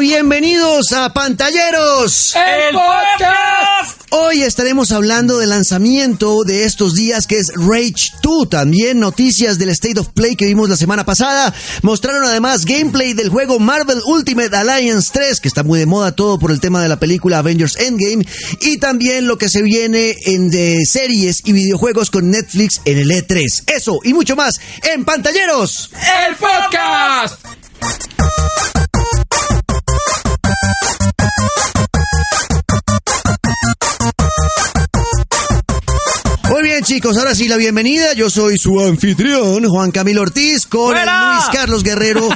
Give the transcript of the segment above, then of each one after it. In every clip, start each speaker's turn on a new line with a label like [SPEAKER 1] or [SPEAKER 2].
[SPEAKER 1] bienvenidos a Pantalleros.
[SPEAKER 2] ¡El podcast!
[SPEAKER 1] Hoy estaremos hablando del lanzamiento de estos días que es Rage 2. También noticias del State of Play que vimos la semana pasada. Mostraron además gameplay del juego Marvel Ultimate Alliance 3, que está muy de moda todo por el tema de la película Avengers Endgame. Y también lo que se viene en de series y videojuegos con Netflix en el E3. Eso y mucho más en Pantalleros.
[SPEAKER 2] ¡El podcast!
[SPEAKER 1] Muy bien, chicos, ahora sí la bienvenida. Yo soy su anfitrión, Juan Camilo Ortiz, con el
[SPEAKER 2] ¡Fuera!
[SPEAKER 1] Luis Carlos Guerrero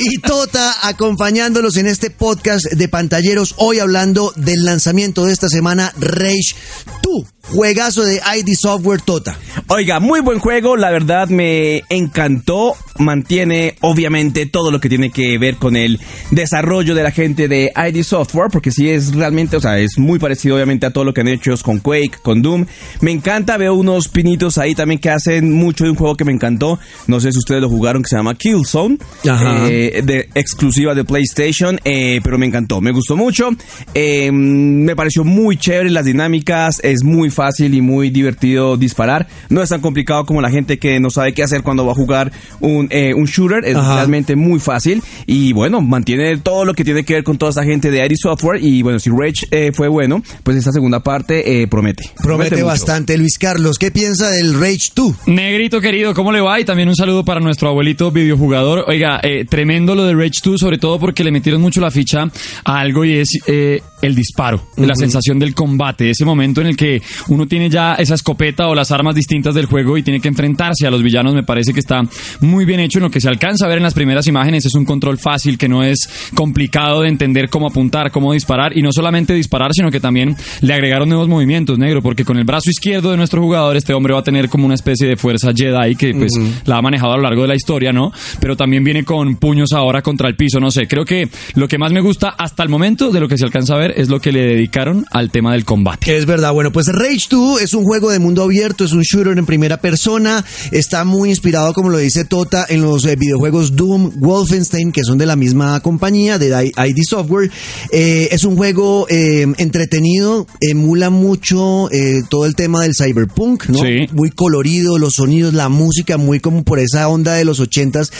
[SPEAKER 1] y Tota acompañándolos en este podcast de pantalleros. Hoy hablando del lanzamiento de esta semana, Rage 2, juegazo de ID Software Tota.
[SPEAKER 3] Oiga, muy buen juego, la verdad me encantó. Mantiene obviamente todo lo que tiene que ver con el desarrollo de la gente de ID Software, porque sí es realmente, o sea, es muy parecido obviamente a todo lo que han hecho ellos con Quake, con Doom. Me encanta, veo unos pinitos ahí también que hacen mucho de un juego que me encantó. No sé si ustedes lo jugaron, que se llama Killzone,
[SPEAKER 1] Ajá.
[SPEAKER 3] eh, de, exclusiva de PlayStation, eh, pero me encantó, me gustó mucho. Eh, me pareció muy chévere las dinámicas, es muy fácil y muy divertido disparar. No es tan complicado como la gente que no sabe qué hacer cuando va a jugar un, eh, un shooter. Es
[SPEAKER 1] Ajá.
[SPEAKER 3] realmente muy fácil. Y bueno, mantiene todo lo que tiene que ver con toda esa gente de Iris Software. Y bueno, si Rage eh, fue bueno, pues esta segunda parte eh, promete.
[SPEAKER 1] Promete
[SPEAKER 3] mucho.
[SPEAKER 1] bastante, Luis Carlos. ¿Qué piensa del Rage 2?
[SPEAKER 2] Negrito querido, ¿cómo le va? Y también un saludo para nuestro abuelito videojugador. Oiga, eh, tremendo lo de Rage 2, sobre todo porque le metieron mucho la ficha a algo y es eh, el disparo, la sensación del combate, ese momento en el que uno tiene ya esa escopeta o las armas distintas del juego y tiene que enfrentarse a los villanos. Me parece que está muy bien hecho en lo que se alcanza a ver en las primeras imágenes. Es un control fácil que no es complicado de entender cómo apuntar, cómo disparar y no solamente disparar, sino que también le agregaron nuevos movimientos, negro, porque con el brazo izquierdo de nuestro jugador este hombre va a tener como una especie de fuerza Jedi que pues la ha manejado a lo largo de la historia, ¿no? Pero también viene con puños ahora contra el piso, no sé. Creo que lo que más me gusta hasta el momento de lo que se alcanza a ver es lo que le dedicaron al tema del combate.
[SPEAKER 1] Es verdad, bueno, pues Rage 2 es un juego de mundo abierto, es un shooter en primera persona, está muy inspirado, como lo dice Tota, en los eh, videojuegos Doom, Wolfenstein, que son de la misma compañía, de I- ID Software. Eh, es un juego eh, entretenido, emula mucho eh, todo el tema del cyberpunk, ¿no?
[SPEAKER 2] Sí.
[SPEAKER 1] Muy colorido, los sonidos, la música, muy como por esa onda de los ochentas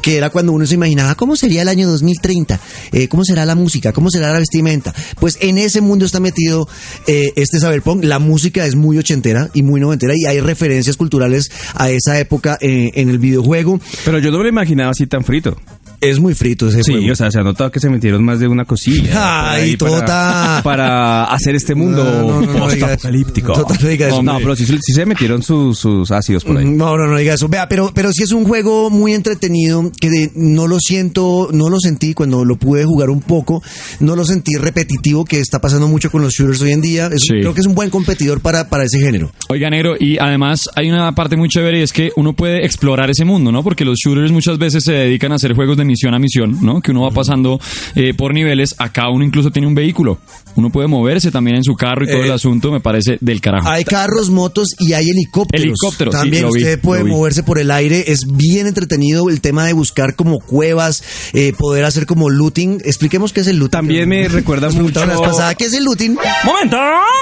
[SPEAKER 1] que era cuando uno se imaginaba cómo sería el año 2030, eh, cómo será la música, cómo será la vestimenta. Pues en ese mundo está metido eh, este saberpunk. La música es muy ochentera y muy noventera y hay referencias culturales a esa época eh, en el videojuego.
[SPEAKER 3] Pero yo no me lo imaginaba así tan frito.
[SPEAKER 1] Es muy frito ese
[SPEAKER 3] Sí,
[SPEAKER 1] juego.
[SPEAKER 3] o sea, se ha notado que se metieron más de una cosilla. por
[SPEAKER 1] Ay,
[SPEAKER 3] ahí para-
[SPEAKER 1] Tota.
[SPEAKER 3] Para, hacer este mundo
[SPEAKER 1] No, no, no, no digas-
[SPEAKER 3] post-apocalíptico.
[SPEAKER 1] Tota, no digas eso.
[SPEAKER 3] No, pero sí, sí se metieron sus, sus ácidos por ahí.
[SPEAKER 1] No, no, no diga eso. Vea, pero, pero sí es un juego muy entretenido que de- no lo siento, no lo sentí cuando lo pude jugar un poco, no lo sentí repetitivo que está pasando mucho con los shooters hoy en día. Es-
[SPEAKER 2] Sí.
[SPEAKER 1] Creo que es un buen competidor para, para ese género.
[SPEAKER 2] Oiga, negro, y además hay una parte muy chévere y es que uno puede explorar ese mundo, ¿no? Porque los shooters muchas veces se dedican a hacer juegos de misión a misión, ¿no? Que uno va pasando eh, por niveles. Acá uno incluso tiene un vehículo. Uno puede moverse también en su carro y todo
[SPEAKER 1] Eh,
[SPEAKER 2] el asunto me parece del carajo.
[SPEAKER 1] Hay carros, motos y hay helicópteros.
[SPEAKER 2] Ah. Helicópteros, sí,
[SPEAKER 1] También
[SPEAKER 2] lo vi,
[SPEAKER 1] usted puede
[SPEAKER 2] lo vi.
[SPEAKER 1] moverse por el aire. Es bien entretenido el tema de buscar como cuevas, eh, poder hacer como looting. Expliquemos qué es el looting.
[SPEAKER 3] También me recuerda
[SPEAKER 1] Nos preguntaron
[SPEAKER 3] mucho-
[SPEAKER 1] la vez pasada, ¿qué es el looting?
[SPEAKER 3] ¡Momento!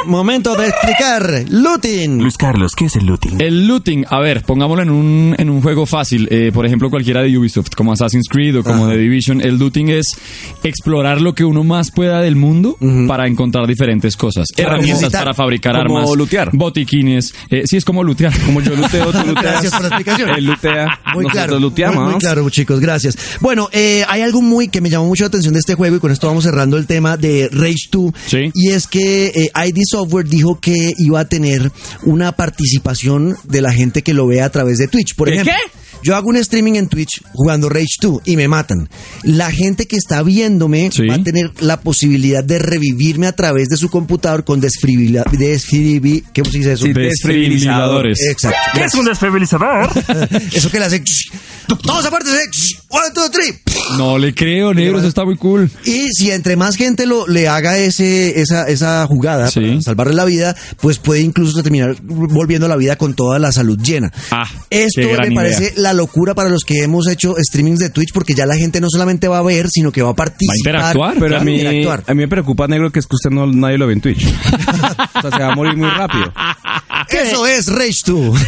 [SPEAKER 1] Momento de explicar. Looting.
[SPEAKER 4] Luis Carlos, ¿qué es el looting?
[SPEAKER 2] El looting, a ver, pongámoslo en un, en un juego fácil, eh, por ejemplo cualquiera de Ubisoft, como Assassin's Creed o como
[SPEAKER 1] Ajá.
[SPEAKER 2] The Division, el looting es explorar lo que uno más pueda del mundo para encontrar diferentes cosas,
[SPEAKER 1] Claro,
[SPEAKER 2] herramientas
[SPEAKER 1] visitar.
[SPEAKER 2] para fabricar
[SPEAKER 3] Como
[SPEAKER 2] armas,
[SPEAKER 3] lootear.
[SPEAKER 2] botiquines, eh, sí es como lootear,
[SPEAKER 3] Como yo luteo, tú luteas.
[SPEAKER 1] Gracias por la explicación.
[SPEAKER 3] Él lutea.
[SPEAKER 1] Muy
[SPEAKER 3] nosotros
[SPEAKER 1] claro.
[SPEAKER 3] luteamos.
[SPEAKER 1] Muy, muy claro, chicos, gracias. Bueno, eh, hay algo muy que me llamó mucho la atención de este juego y con esto vamos cerrando el tema de Rage 2.
[SPEAKER 2] Sí.
[SPEAKER 1] Y es que eh, ID Software dijo que iba a tener una participación de la gente que lo vea a través de Twitch. Por
[SPEAKER 3] ¿De
[SPEAKER 1] ejemplo,
[SPEAKER 3] qué?
[SPEAKER 1] yo hago un streaming en Twitch jugando Rage 2 y me matan. La gente que está viéndome
[SPEAKER 2] Sí.
[SPEAKER 1] va a tener la posibilidad de revivirme a través de su computador con desfibrila- desfibri- ¿qué se dice eso?
[SPEAKER 3] Sí, desfibrilador.
[SPEAKER 2] desfibriladores.
[SPEAKER 1] Exacto.
[SPEAKER 4] ¿Qué es un desfibrilizador?
[SPEAKER 1] Eso que le hace. Todos aparte, eh, shh, one, two, three.
[SPEAKER 2] No le creo, negro, eso está muy cool.
[SPEAKER 1] Y si entre más gente lo, le haga ese, esa, esa jugada
[SPEAKER 2] Sí.
[SPEAKER 1] para salvarle la vida, pues puede incluso terminar volviendo a la vida con toda la salud llena.
[SPEAKER 2] Ah,
[SPEAKER 1] Esto
[SPEAKER 2] qué
[SPEAKER 1] me
[SPEAKER 2] gran
[SPEAKER 1] parece la locura para los que hemos hecho streamings de Twitch, porque ya la gente no solamente va a ver, sino que va a participar.
[SPEAKER 2] interactuar,
[SPEAKER 3] Pero a
[SPEAKER 1] va a
[SPEAKER 3] mí,
[SPEAKER 1] interactuar.
[SPEAKER 3] a mí me preocupa, negro, que es que usted no nadie lo ve en Twitch. o sea, se va a morir muy rápido.
[SPEAKER 1] Eso es Rage 2.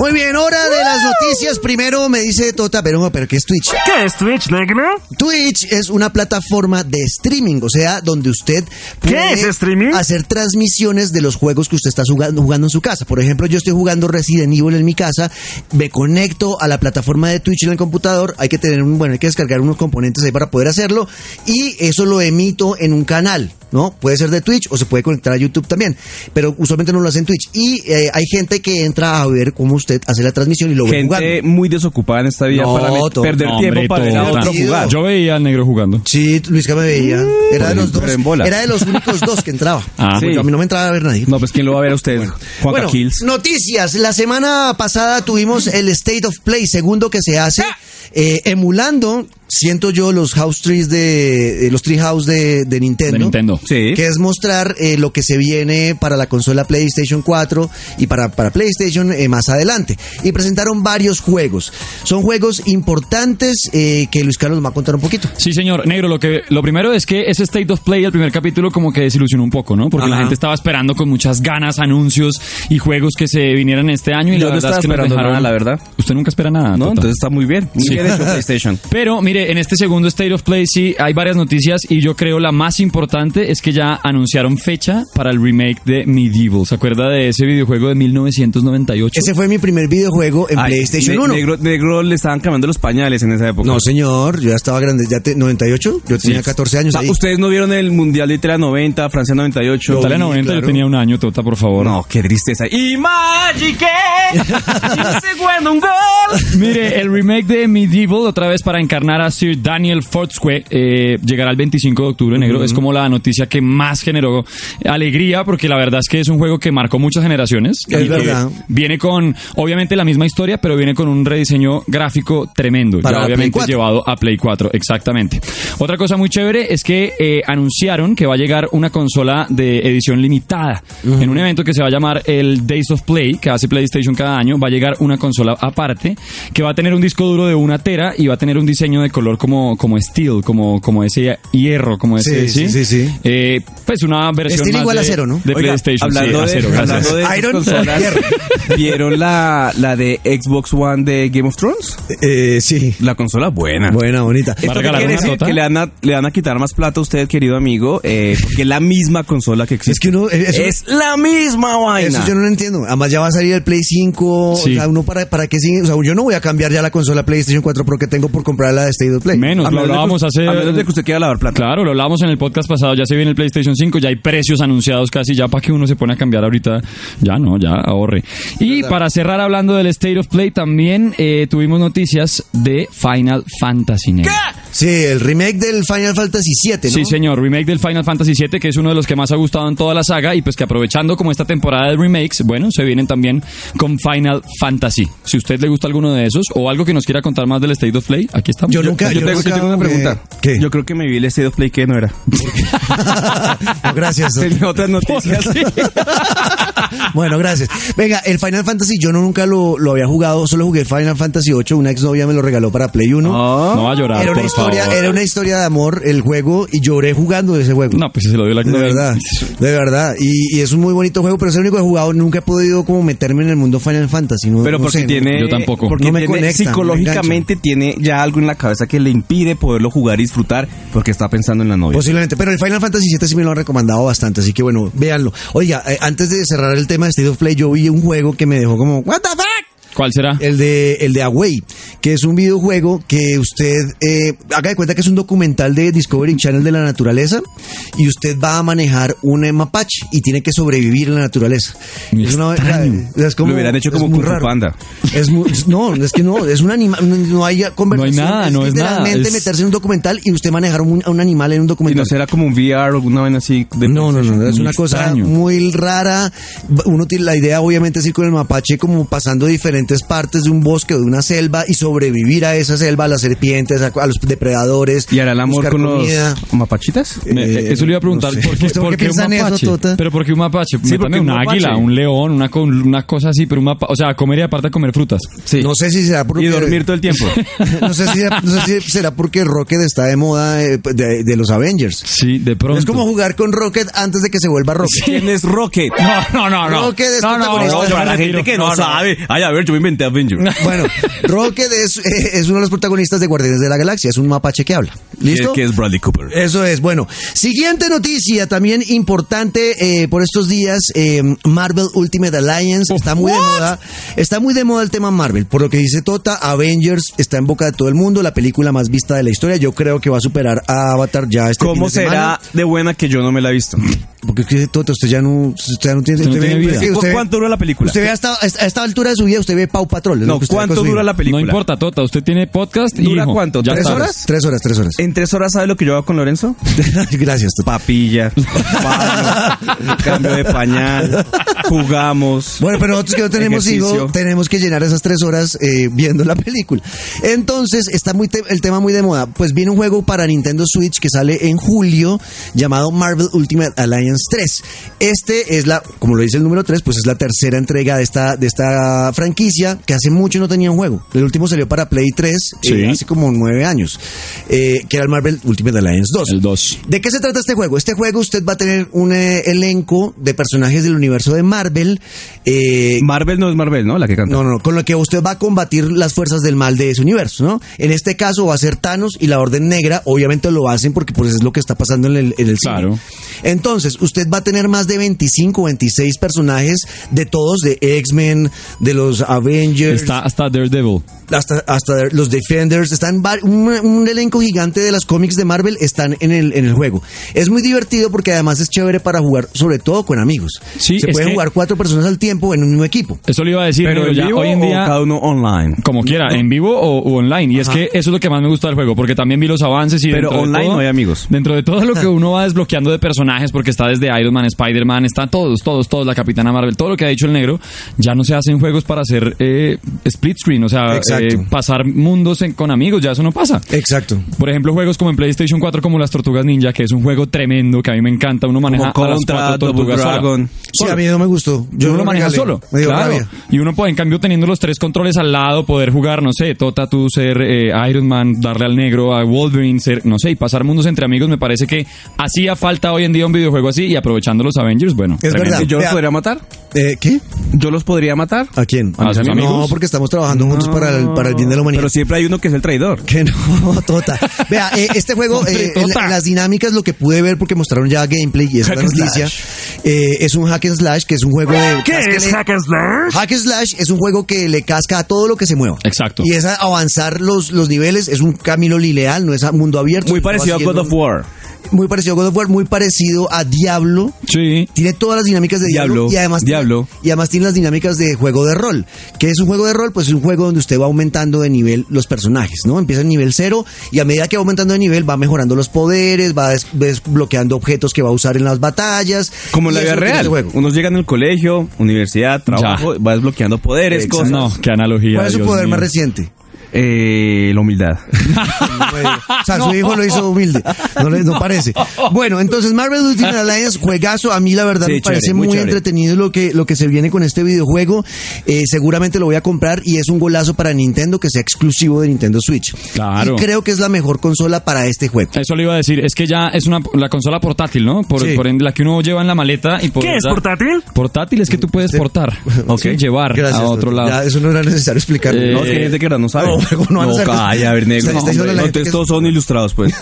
[SPEAKER 1] Muy bien, hora de las noticias. Primero me dice Tota, pero, pero ¿qué es Twitch?
[SPEAKER 4] ¿Qué es Twitch, negro?
[SPEAKER 1] Twitch es una plataforma de streaming, o sea, donde usted puede
[SPEAKER 4] es streaming?
[SPEAKER 1] hacer transmisiones de los juegos que usted está jugando, jugando en su casa. Por ejemplo, yo estoy jugando Resident Evil en mi casa, me conecto a la plataforma de Twitch en el computador, hay que tener un, bueno, hay que descargar unos componentes ahí para poder hacerlo y eso lo emito en un canal. ¿No? Puede ser de Twitch o se puede conectar a YouTube también, pero usualmente no lo hace en Twitch. Y eh, hay gente que entra a ver cómo usted hace la transmisión y lo ve jugando.
[SPEAKER 3] Gente muy desocupada en esta vida
[SPEAKER 1] No, Tota.
[SPEAKER 3] para met-
[SPEAKER 1] to-
[SPEAKER 3] perder
[SPEAKER 2] No,
[SPEAKER 3] tiempo
[SPEAKER 2] hombre,
[SPEAKER 3] para ver a
[SPEAKER 2] tota.
[SPEAKER 3] otro jugar.
[SPEAKER 2] Yo veía al negro jugando.
[SPEAKER 1] Sí, Luisca me veía. Era de los
[SPEAKER 3] pero
[SPEAKER 1] dos.
[SPEAKER 3] Mm. en bola.
[SPEAKER 1] Era de los únicos dos que entraba.
[SPEAKER 2] Ah.
[SPEAKER 1] Porque
[SPEAKER 3] Sí.
[SPEAKER 1] a mí no me entraba a ver nadie.
[SPEAKER 3] No, pues ¿quién lo va a ver a usted? Juan
[SPEAKER 1] Bueno, noticias. La semana pasada tuvimos
[SPEAKER 3] Mm.
[SPEAKER 1] el State of Play, segundo que se hace,
[SPEAKER 3] Ah.
[SPEAKER 1] eh, emulando, siento yo, los house trees de. eh, los tree house de, de Nintendo.
[SPEAKER 2] De Nintendo.
[SPEAKER 3] Sí.
[SPEAKER 1] Que es mostrar eh, lo que se viene para la consola PlayStation 4 y para, para PlayStation eh, más adelante. Y presentaron varios juegos. Son juegos importantes eh, que Luis Carlos nos va a contar un poquito.
[SPEAKER 2] Sí, señor. Negro, lo que lo primero es que ese State of Play, el primer capítulo, como que desilusionó un poco, ¿no? Porque la
[SPEAKER 3] Ajá.
[SPEAKER 2] gente estaba esperando con muchas ganas anuncios y juegos que se vinieran este año y
[SPEAKER 3] Yo no
[SPEAKER 2] la verdad
[SPEAKER 3] estaba
[SPEAKER 2] es que nos
[SPEAKER 3] esperando
[SPEAKER 2] dejaron-
[SPEAKER 3] nada, la verdad.
[SPEAKER 2] Usted nunca espera nada,
[SPEAKER 3] No,
[SPEAKER 2] Tota.
[SPEAKER 3] entonces está muy bien. Muy
[SPEAKER 2] Sí.
[SPEAKER 3] bien hecho PlayStation.
[SPEAKER 2] Pero mire, en este segundo State of Play sí hay varias noticias y yo creo la más importante es que ya anunciaron fecha para el remake de Medieval. ¿Se acuerda de ese videojuego de 1998?
[SPEAKER 1] Ese fue mi primer videojuego en
[SPEAKER 3] Ay,
[SPEAKER 1] PlayStation
[SPEAKER 3] ne-
[SPEAKER 1] 1.
[SPEAKER 3] Negro, negro le estaban cambiando los pañales en esa época.
[SPEAKER 1] No, señor, yo ya estaba grande, ya te, 98, yo tenía 14 años.
[SPEAKER 3] Ah,
[SPEAKER 1] ahí.
[SPEAKER 3] Ustedes no vieron el Mundial de Italia 90, Francia 98.
[SPEAKER 2] Italia
[SPEAKER 1] vi,
[SPEAKER 2] 90
[SPEAKER 1] claro.
[SPEAKER 2] yo tenía un año, Tota, por favor.
[SPEAKER 3] No, qué tristeza. Y Magic, ¿eh? segundo un gol.
[SPEAKER 2] Mire, el remake de Medieval, otra vez para encarnar a Sir Daniel Fortescue, eh, llegará el 25 de octubre, negro. Es como la noticia que más generó alegría, porque la verdad es que es un juego que marcó muchas generaciones.
[SPEAKER 1] Es
[SPEAKER 2] y que
[SPEAKER 1] verdad.
[SPEAKER 2] Viene con, obviamente, la misma historia, pero viene con un rediseño gráfico tremendo.
[SPEAKER 1] Para
[SPEAKER 2] ya,
[SPEAKER 1] la Play
[SPEAKER 2] obviamente,
[SPEAKER 1] 4.
[SPEAKER 2] llevado a Play 4, exactamente. Otra cosa muy chévere es que eh, anunciaron que va a llegar una consola de edición limitada. En un evento que se va a llamar el Days of Play, que hace PlayStation cada año, va a llegar una consola aparte, que va a tener un disco duro de una tera y va a tener un diseño de color como, como steel, como, como ese hierro, como ese.
[SPEAKER 1] Sí,
[SPEAKER 2] Sí,
[SPEAKER 1] sí, sí, sí.
[SPEAKER 2] Eh, pues una versión.
[SPEAKER 1] Steel
[SPEAKER 2] más
[SPEAKER 1] igual a
[SPEAKER 2] de-
[SPEAKER 1] cero, ¿no?
[SPEAKER 2] De
[SPEAKER 3] Oiga,
[SPEAKER 2] PlayStation. sí,
[SPEAKER 3] hablando
[SPEAKER 2] a
[SPEAKER 3] de,
[SPEAKER 2] cero, gracias.
[SPEAKER 3] hablando de esas
[SPEAKER 1] Iron
[SPEAKER 3] consolas,
[SPEAKER 1] Hierro.
[SPEAKER 3] ¿Vieron la, la de Xbox One de Game of Thrones?
[SPEAKER 1] Eh, sí,
[SPEAKER 3] La consola buena.
[SPEAKER 1] buena, bonita.
[SPEAKER 3] Esto
[SPEAKER 2] Para
[SPEAKER 3] Ah. qué
[SPEAKER 2] regalar
[SPEAKER 3] quiere
[SPEAKER 2] una
[SPEAKER 3] decir
[SPEAKER 2] nota.
[SPEAKER 3] que le van, a, le van a quitar más plata a usted, querido amigo, eh, porque es la misma consola que existe.
[SPEAKER 1] Es que uno- eh, eso-
[SPEAKER 3] es la misma vaina.
[SPEAKER 1] Eso yo no lo entiendo. Además, ya va a salir el Play 5.
[SPEAKER 2] Sí.
[SPEAKER 1] O sea, uno para, para qué sigue. O sea, yo no voy a cambiar ya la consola PlayStation 4 Pro que tengo por comprar la de State of Play.
[SPEAKER 2] Menos, lo
[SPEAKER 3] menos de que
[SPEAKER 2] hablábamos
[SPEAKER 3] usted-
[SPEAKER 2] hace.
[SPEAKER 3] a menos de que usted quiera lavar plata.
[SPEAKER 2] Claro, lo hablábamos en el podcast pasado, ya se viene el PlayStation 5, ya hay precios anunciados casi, ya para que uno se pone a cambiar ahorita, ya no, ya ahorre. Y para cerrar hablando del State of Play, también eh, tuvimos noticias de Final Fantasy. negro.
[SPEAKER 1] Sí, el remake del Final Fantasy 7, ¿no?
[SPEAKER 2] Sí, señor, remake del Final Fantasy VII, que es uno de los que más ha gustado en toda la saga, y pues que aprovechando como esta temporada de remakes, bueno, se vienen también con Final Fantasy. Si usted le gusta alguno de esos, o algo que nos quiera contar más del State of Play, aquí estamos.
[SPEAKER 1] Yo nunca.
[SPEAKER 3] Yo, tengo, yo
[SPEAKER 1] nunca
[SPEAKER 3] tengo una
[SPEAKER 1] jugué-
[SPEAKER 3] pregunta.
[SPEAKER 1] ¿Qué?
[SPEAKER 3] Yo creo que me vi el State of Play que no era.
[SPEAKER 1] No, gracias.
[SPEAKER 3] Tenía otras noticias.
[SPEAKER 1] Bueno, gracias. Venga, el Final Fantasy yo no nunca lo, lo había jugado, solo jugué el Final Fantasy 8, una exnovia me lo regaló para Play 1.
[SPEAKER 3] Ah.
[SPEAKER 2] No va a llorar,
[SPEAKER 1] era una
[SPEAKER 2] por
[SPEAKER 1] historia,
[SPEAKER 2] favor.
[SPEAKER 1] era una historia de amor el juego y lloré jugando ese juego.
[SPEAKER 2] No, pues se lo dio la
[SPEAKER 1] De verdad, de verdad. Y, y es un muy bonito juego, pero es el único que he jugado. Nunca he podido como meterme en el mundo Final Fantasy. No,
[SPEAKER 3] Pero
[SPEAKER 1] no
[SPEAKER 3] porque
[SPEAKER 1] sé, no-
[SPEAKER 3] tiene.
[SPEAKER 2] Yo tampoco.
[SPEAKER 3] Porque
[SPEAKER 1] No me
[SPEAKER 3] tiene-
[SPEAKER 1] conecta,
[SPEAKER 3] psicológicamente tiene ya algo en la cabeza que le impide poderlo jugar y disfrutar porque está pensando en la novia.
[SPEAKER 1] Posiblemente, pero el Final Fantasy 7 sí me lo han recomendado bastante, así que bueno, véanlo. Oiga, eh, antes de cerrar el tema de State of Play, yo vi un juego que me dejó como, ¿What the fuck?
[SPEAKER 2] ¿Cuál será?
[SPEAKER 1] El de, el de Away, que es un videojuego que usted eh, haga de cuenta que es un documental de Discovery Channel de la naturaleza y usted va a manejar un eh, mapache y tiene que sobrevivir en la naturaleza.
[SPEAKER 2] Muy
[SPEAKER 1] una-
[SPEAKER 2] extraño.
[SPEAKER 1] es como-
[SPEAKER 3] Lo hubieran hecho
[SPEAKER 1] es
[SPEAKER 3] como
[SPEAKER 1] muy
[SPEAKER 3] Kung Fu
[SPEAKER 1] raro.
[SPEAKER 3] Panda.
[SPEAKER 1] Es muy- no, es que no, es un animal, no hay conversación.
[SPEAKER 2] nada, no es nada,
[SPEAKER 1] literalmente
[SPEAKER 2] es-
[SPEAKER 1] meterse en un documental y usted manejar un, a un animal en un
[SPEAKER 3] Y no
[SPEAKER 1] documental.
[SPEAKER 3] será como un VR o alguna vaina así. de
[SPEAKER 1] No, no, no, es
[SPEAKER 2] Muy
[SPEAKER 1] una cosa
[SPEAKER 2] extraño.
[SPEAKER 1] muy rara. Uno tiene la idea, obviamente, es ir con el mapache como pasando diferentes partes de un bosque o de una selva y sobrevivir a esa selva, a las serpientes, a, a los depredadores.
[SPEAKER 3] ¿Y hará el amor
[SPEAKER 1] buscar
[SPEAKER 3] con los
[SPEAKER 1] comida.
[SPEAKER 3] mapachitas?
[SPEAKER 2] Me-
[SPEAKER 1] Eh,
[SPEAKER 2] eso le iba a preguntar,
[SPEAKER 1] no sé.
[SPEAKER 2] ¿por qué,
[SPEAKER 1] ¿Usted por
[SPEAKER 2] por
[SPEAKER 1] qué
[SPEAKER 2] qué un
[SPEAKER 1] piensa en eso,
[SPEAKER 2] mapache?
[SPEAKER 1] Tota?
[SPEAKER 2] Pero ¿por qué un mapache?
[SPEAKER 3] Sí, ¿por
[SPEAKER 2] Métame
[SPEAKER 3] qué un
[SPEAKER 2] una
[SPEAKER 3] mapache?
[SPEAKER 2] águila, un león, una, co- una cosa así, pero un mapa, o sea, comer y aparte comer frutas.
[SPEAKER 3] Sí.
[SPEAKER 1] No sé si será porque...
[SPEAKER 3] y dormir todo el tiempo.
[SPEAKER 1] no sé si, no sé si será porque Rocket está de moda eh, de, de los Avengers.
[SPEAKER 2] Sí, de pronto.
[SPEAKER 1] Es como jugar con Rocket antes de que se vuelva Rocket.
[SPEAKER 3] ¿Quién es Rocket?
[SPEAKER 2] No, no, no, no.
[SPEAKER 1] No, que es
[SPEAKER 2] no, no,
[SPEAKER 1] protagonista.
[SPEAKER 2] no, yo
[SPEAKER 3] para
[SPEAKER 2] me
[SPEAKER 3] la
[SPEAKER 2] retiro.
[SPEAKER 3] gente que
[SPEAKER 2] No,
[SPEAKER 3] no,
[SPEAKER 2] no.
[SPEAKER 3] sabe. Ay, a ver, yo me inventé Avenger.
[SPEAKER 1] Bueno, Rocket es, eh, es uno de los protagonistas de Guardianes de la Galaxia. Es un mapache que habla. ¿Listo?
[SPEAKER 3] Que es Bradley Cooper.
[SPEAKER 1] Eso es, bueno. Siguiente noticia, también importante eh, por estos días, eh, Marvel Ultimate Alliance
[SPEAKER 2] Oh,
[SPEAKER 1] está muy de
[SPEAKER 2] what?
[SPEAKER 1] moda. Está muy de moda el tema Marvel. Por lo que dice Tota, Avengers está en boca de todo el mundo, la película más vista de la historia. Yo creo que va a superar a Avatar ya este fin
[SPEAKER 3] ¿Cómo
[SPEAKER 1] de semana.
[SPEAKER 3] será de buena que yo no me la he visto?
[SPEAKER 1] Porque es que Tota, usted ya no, usted ya no tiene,
[SPEAKER 2] Usted no tiene vida.
[SPEAKER 1] usted-
[SPEAKER 3] ¿Cu- ¿Cuánto dura la película?
[SPEAKER 1] usted ve hasta- a esta altura de su vida, usted ve Pau Patrol. es lo
[SPEAKER 3] no,
[SPEAKER 1] que usted ha
[SPEAKER 3] ¿cuánto
[SPEAKER 1] consumido.
[SPEAKER 3] dura la película?
[SPEAKER 2] No importa, Tota, usted tiene podcast y
[SPEAKER 3] ¿Dura
[SPEAKER 2] hijo,
[SPEAKER 3] cuánto?
[SPEAKER 2] Ya
[SPEAKER 3] ¿Tres
[SPEAKER 2] está.
[SPEAKER 3] horas? Eh,
[SPEAKER 1] Tres horas, tres horas.
[SPEAKER 3] ¿En tres horas sabe lo que yo hago con Lorenzo?
[SPEAKER 1] Gracias, Tota.
[SPEAKER 3] Papilla, baño, cambio de pañal, jugamos.
[SPEAKER 1] Bueno, pero nosotros que no tenemos
[SPEAKER 3] Ejercicio.
[SPEAKER 1] hijos, tenemos que llenar esas tres horas eh, viendo la película. Entonces, está muy te- el tema muy de moda. Pues viene un juego para Nintendo Switch que sale en julio llamado Marvel Ultimate Alliance 3. Este es la, como lo dice el número 3, pues es la tercera entrega de esta, de esta franquicia que hace mucho no tenía un juego. El último salió para Play 3 eh,
[SPEAKER 2] Sí.
[SPEAKER 1] hace como nueve años, eh, que era el Marvel Ultimate Alliance 2.
[SPEAKER 2] El 2.
[SPEAKER 1] ¿De qué se trata este juego? Este juego usted va a tener un eh, elenco de personajes del universo de Marvel. eh,
[SPEAKER 3] Marvel no es Marvel, ¿no? La que canta.
[SPEAKER 1] no, no, no, con lo que usted va a combatir las fuerzas del mal de ese universo, ¿no? En este caso va a ser Thanos y la Orden Negra, obviamente lo hacen porque pues es lo que está pasando en el, en el cine.
[SPEAKER 2] Claro.
[SPEAKER 1] Entonces, usted va a tener más de 25 26 personajes de todos, de X-Men, de los Avengers,
[SPEAKER 2] Está hasta Daredevil.
[SPEAKER 1] hasta, hasta los Defenders, están var- un, un elenco gigante de las cómics de Marvel están en el, en el juego. Es muy divertido porque además es chévere para jugar, sobre todo con amigos.
[SPEAKER 2] Sí,
[SPEAKER 1] Se
[SPEAKER 2] es
[SPEAKER 1] pueden
[SPEAKER 2] que-
[SPEAKER 1] jugar cuatro personas al tiempo en un mismo equipo.
[SPEAKER 2] Eso le iba a decir,
[SPEAKER 3] Pero
[SPEAKER 2] pero,
[SPEAKER 3] en
[SPEAKER 2] ya
[SPEAKER 3] vivo
[SPEAKER 2] hoy en día
[SPEAKER 3] o cada uno online.
[SPEAKER 2] Como quiera, en vivo o u online. Y es
[SPEAKER 1] Ajá.
[SPEAKER 2] que eso es lo que más me gusta del juego, porque también vi los avances y
[SPEAKER 3] Pero
[SPEAKER 2] dentro de
[SPEAKER 3] online
[SPEAKER 2] todo-
[SPEAKER 3] no hay amigos.
[SPEAKER 2] Dentro de todo lo que uno va desbloqueando de personajes, porque está desde Iron Man, Spider-Man, están todos, todos, todos, la Capitana Marvel, todo lo que ha dicho el negro, ya no se hacen juegos para hacer eh, split screen, o sea,
[SPEAKER 1] Exacto.
[SPEAKER 2] eh, pasar mundos en- con amigos, ya eso no pasa.
[SPEAKER 1] Exacto.
[SPEAKER 2] Por ejemplo, juegos como en PlayStation 4 como las Tortugas Ninja, que es un juego tremendo que a mí me encanta, uno maneja
[SPEAKER 3] Como
[SPEAKER 2] a las
[SPEAKER 3] Contra,
[SPEAKER 2] cuatro
[SPEAKER 3] Double
[SPEAKER 2] tortugas sola.
[SPEAKER 3] Dragon.
[SPEAKER 1] Sí, a mí no me gustó.
[SPEAKER 2] Yo
[SPEAKER 1] Yo
[SPEAKER 2] uno lo
[SPEAKER 1] lo
[SPEAKER 2] maneja
[SPEAKER 1] regalé.
[SPEAKER 2] solo.
[SPEAKER 1] Me dio
[SPEAKER 2] claro.
[SPEAKER 1] rabia.
[SPEAKER 2] Y uno puede, en cambio, teniendo los tres controles al lado, poder jugar, no sé, Tota, tú ser eh, Iron Man, darle al negro, a Wolverine, ser, no sé, y pasar mundos entre amigos, me parece que hacía falta hoy en día un videojuego así y aprovechando los Avengers, bueno.
[SPEAKER 1] Es
[SPEAKER 2] tremendo.
[SPEAKER 1] verdad.
[SPEAKER 3] ¿Y yo los
[SPEAKER 1] Vea.
[SPEAKER 3] podría matar?
[SPEAKER 1] Eh, ¿Qué?
[SPEAKER 3] ¿Yo los podría matar?
[SPEAKER 1] ¿A quién?
[SPEAKER 2] ¿A mis
[SPEAKER 1] mis
[SPEAKER 2] amigos?
[SPEAKER 1] No, porque estamos trabajando juntos para el, para el bien de la humanidad.
[SPEAKER 3] Pero siempre hay uno que es el traidor.
[SPEAKER 1] Que no, Tota. Vea, eh, este juego,
[SPEAKER 2] Hombre,
[SPEAKER 1] eh, en la-
[SPEAKER 2] Tota.
[SPEAKER 1] en las dinámicas, lo que pude ver porque mostraron ya gameplay y es
[SPEAKER 3] Hack
[SPEAKER 1] una
[SPEAKER 3] and
[SPEAKER 1] noticia, eh, es un hack and slash, que es un juego de...
[SPEAKER 4] ¿Qué
[SPEAKER 1] casquele-
[SPEAKER 4] es Hack and Slash?
[SPEAKER 1] Hack and slash es un juego que le casca a todo lo que se mueva.
[SPEAKER 2] Exacto.
[SPEAKER 1] Y es a- avanzar los, los niveles, es un camino lineal, no es a mundo abierto.
[SPEAKER 3] Muy
[SPEAKER 1] sino
[SPEAKER 3] parecido a
[SPEAKER 1] haciendo-
[SPEAKER 3] God of War.
[SPEAKER 1] Muy parecido a God of War, muy parecido a Diablo.
[SPEAKER 2] Sí.
[SPEAKER 1] Tiene todas las dinámicas de Diablo,
[SPEAKER 3] Diablo,
[SPEAKER 1] y además
[SPEAKER 3] Diablo.
[SPEAKER 1] Tiene, y además tiene las dinámicas de juego de rol. ¿Qué es un juego de rol? Pues es un juego donde usted va aumentando de nivel los personajes, ¿no? Empieza en nivel cero y a medida que va aumentando de nivel va mejorando los poderes, va des- desbloqueando objetos que va a usar en las batallas.
[SPEAKER 3] Como en la
[SPEAKER 1] Y eso es lo
[SPEAKER 3] vida
[SPEAKER 1] que tiene
[SPEAKER 3] real.
[SPEAKER 1] el juego.
[SPEAKER 3] Unos llegan al colegio, universidad, trabajo, va desbloqueando poderes,
[SPEAKER 1] Exacto.
[SPEAKER 3] cosas.
[SPEAKER 2] No, qué analogía.
[SPEAKER 1] ¿Cuál es su
[SPEAKER 2] Dios
[SPEAKER 1] poder
[SPEAKER 2] mío.
[SPEAKER 1] más reciente?
[SPEAKER 3] Eh, la humildad.
[SPEAKER 1] O sea, su hijo lo hizo humilde. No, le- no parece. Bueno, entonces Marvel Ultimate Alliance, juegazo. A mí la verdad
[SPEAKER 3] Sí,
[SPEAKER 1] me parece
[SPEAKER 3] chévere, muy
[SPEAKER 1] muy,
[SPEAKER 3] chévere.
[SPEAKER 1] entretenido lo que, lo que se viene con este videojuego. Eh, seguramente lo voy a comprar y es un golazo para Nintendo que sea exclusivo de Nintendo Switch.
[SPEAKER 2] Claro.
[SPEAKER 1] Y creo que es la mejor consola para este juego.
[SPEAKER 2] Eso le iba a decir, es que ya es una la consola portátil, ¿no? Por,
[SPEAKER 1] Sí.
[SPEAKER 2] por ende, la que uno lleva en la maleta y por
[SPEAKER 4] ¿Qué es
[SPEAKER 2] esa-
[SPEAKER 4] portátil?
[SPEAKER 2] Portátil es que tú puedes portar,
[SPEAKER 3] Ok.
[SPEAKER 2] sí, llevar a otro
[SPEAKER 1] doctor.
[SPEAKER 2] lado.
[SPEAKER 1] Ya, eso no era necesario explicarlo.
[SPEAKER 2] Eh,
[SPEAKER 3] No, es que hay gente que de verdad no sabe.
[SPEAKER 1] No, algo. No, van a
[SPEAKER 3] No,
[SPEAKER 1] hacer-
[SPEAKER 3] calla, a ver, negro.
[SPEAKER 1] Está- está diciendo la
[SPEAKER 3] No,
[SPEAKER 1] gente que
[SPEAKER 3] entonces
[SPEAKER 1] es-
[SPEAKER 3] todos son ilustrados, pues.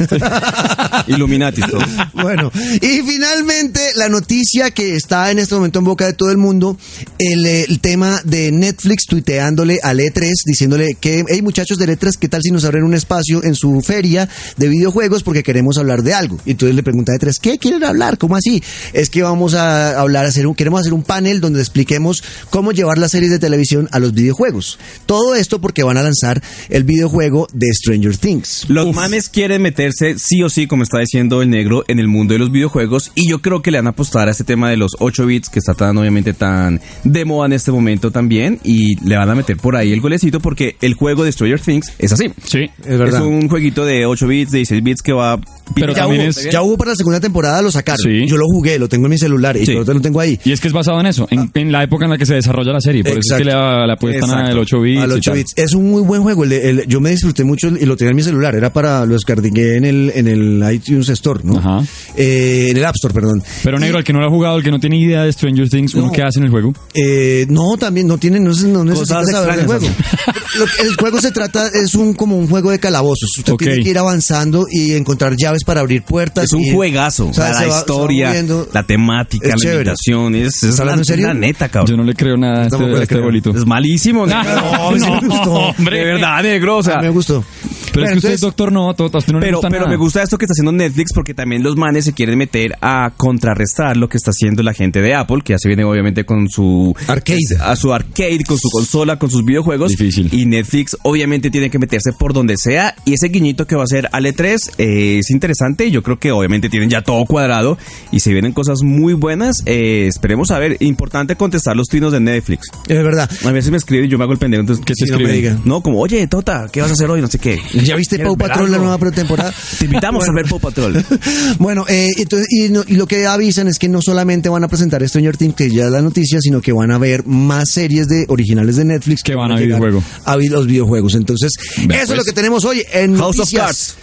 [SPEAKER 3] Illuminati todos.
[SPEAKER 1] Bueno, y finalmente la noticia que está en este momento en boca de todo el mundo, el, eh, el tema de Netflix tuiteándole al E3, diciéndole que, hey muchachos del E3, ¿qué tal si nos abren un espacio en su feria de videojuegos porque queremos hablar de algo? Y entonces le pregunta a E3, ¿qué quieren hablar? ¿Cómo así? Es que vamos a hablar, hacer un, queremos hacer un panel donde expliquemos cómo llevar las series de televisión a los videojuegos. Todo esto porque van a lanzar el videojuego de Stranger Things.
[SPEAKER 3] Los manes quieren meterse, sí o sí, como está diciendo el negro, en el mundo de los videojuegos. Y yo creo que le van a apostar a este tema de los 8 bits, que está tan, obviamente, tan de moda en este momento también. Y le van a meter por ahí el golecito, porque el juego de Stranger Things es así.
[SPEAKER 2] Sí.
[SPEAKER 1] Es verdad.
[SPEAKER 3] un jueguito de 8 bits, de 16 bits que va.
[SPEAKER 2] Pero
[SPEAKER 1] ya,
[SPEAKER 2] también
[SPEAKER 1] hubo,
[SPEAKER 2] es-
[SPEAKER 1] ya hubo para la segunda temporada, lo sacaron.
[SPEAKER 2] Sí.
[SPEAKER 1] Yo lo jugué, lo tengo en mi celular y
[SPEAKER 3] Sí.
[SPEAKER 1] yo te lo tengo ahí. Ah.
[SPEAKER 2] Y es que es basado en eso, en, en la época en la que se desarrolla la serie. Por eso es que
[SPEAKER 1] Exacto.
[SPEAKER 2] le, le apuestan
[SPEAKER 3] Exacto.
[SPEAKER 2] al 8 bits.
[SPEAKER 1] a los
[SPEAKER 2] y
[SPEAKER 1] 8
[SPEAKER 2] tal.
[SPEAKER 1] bits. Es un muy buen juego. el de- el- yo me disfruté mucho y lo tenía en mi celular. Era para los cardigué en el, en el iTunes Store, ¿no?
[SPEAKER 2] Ajá.
[SPEAKER 1] Eh, en el App Store, perdón.
[SPEAKER 2] Pero negro, el que no lo ha jugado, el que no tiene idea de Stranger Things, ¿uno
[SPEAKER 1] No.
[SPEAKER 2] qué hace en el juego?
[SPEAKER 1] Eh, no, también no tiene, no, es- no necesita
[SPEAKER 3] Cosas
[SPEAKER 1] saber del juego.
[SPEAKER 3] extrañas,
[SPEAKER 1] Lo- el juego se trata, es un como un juego de calabozos. Usted
[SPEAKER 2] Ok.
[SPEAKER 1] tiene que ir avanzando y encontrar llaves para abrir puertas.
[SPEAKER 3] Es un
[SPEAKER 1] y-
[SPEAKER 3] juegazo.
[SPEAKER 1] o sea,
[SPEAKER 3] la
[SPEAKER 1] se va- se va
[SPEAKER 3] historia,
[SPEAKER 1] moviendo.
[SPEAKER 3] la temática,
[SPEAKER 1] Es
[SPEAKER 3] la
[SPEAKER 1] chévere.
[SPEAKER 3] imitación. Es, es
[SPEAKER 1] ¿Estás
[SPEAKER 3] la,
[SPEAKER 1] hablando en serio?
[SPEAKER 3] la neta,
[SPEAKER 2] Yo
[SPEAKER 3] cabrón.
[SPEAKER 2] no le creo nada a este,
[SPEAKER 1] tampoco le
[SPEAKER 2] a este
[SPEAKER 1] creo.
[SPEAKER 2] bolito.
[SPEAKER 3] Es malísimo.
[SPEAKER 2] No,
[SPEAKER 3] negro.
[SPEAKER 1] sí me gustó.
[SPEAKER 2] hombre.
[SPEAKER 3] De verdad, negro. O sea,
[SPEAKER 1] Ah, Me gustó.
[SPEAKER 2] Pero es que
[SPEAKER 1] Bueno,
[SPEAKER 2] usted
[SPEAKER 1] entonces-
[SPEAKER 2] es doctor, no, todo, a usted no le
[SPEAKER 3] Pero,
[SPEAKER 2] gusta
[SPEAKER 3] pero
[SPEAKER 2] nada.
[SPEAKER 3] me gusta esto que está haciendo Netflix porque también los manes se quieren meter a contrarrestar lo que está haciendo la gente de Apple, que ya se viene obviamente con su
[SPEAKER 1] Arcade.
[SPEAKER 3] a su arcade, con su consola, con sus videojuegos.
[SPEAKER 2] Difícil.
[SPEAKER 3] Y Netflix obviamente tiene que meterse por donde sea. Y ese guiñito que va a hacer Ale 3 es interesante. Y yo creo que obviamente tienen ya todo cuadrado y se vienen cosas muy buenas. Eh, esperemos a ver. Importante contestar los trinos de Netflix.
[SPEAKER 1] Es verdad.
[SPEAKER 3] A veces me escriben y yo me hago el pendejo. Entonces,
[SPEAKER 2] ¿Qué te
[SPEAKER 1] Sí, no me
[SPEAKER 2] escriben?
[SPEAKER 1] diga.
[SPEAKER 3] No, como, oye, Tota, ¿qué vas a hacer hoy? No sé qué.
[SPEAKER 1] ¿Ya viste
[SPEAKER 3] ¿Quieres
[SPEAKER 1] Pau
[SPEAKER 3] ver
[SPEAKER 1] Patrol la
[SPEAKER 3] algo?
[SPEAKER 1] nueva temporada?
[SPEAKER 3] Te invitamos a ver Pop Patrol.
[SPEAKER 1] Bueno, eh, entonces, y, no- y lo que avisan es que no solamente van a presentar Stranger Things, que ya es la noticia, sino que van a ver más series de originales de Netflix
[SPEAKER 2] Que van a
[SPEAKER 1] llegar
[SPEAKER 2] videojuego.
[SPEAKER 1] A vi- los videojuegos. Entonces, eso es
[SPEAKER 2] pues.
[SPEAKER 1] lo que tenemos hoy en
[SPEAKER 3] House of
[SPEAKER 1] noticias.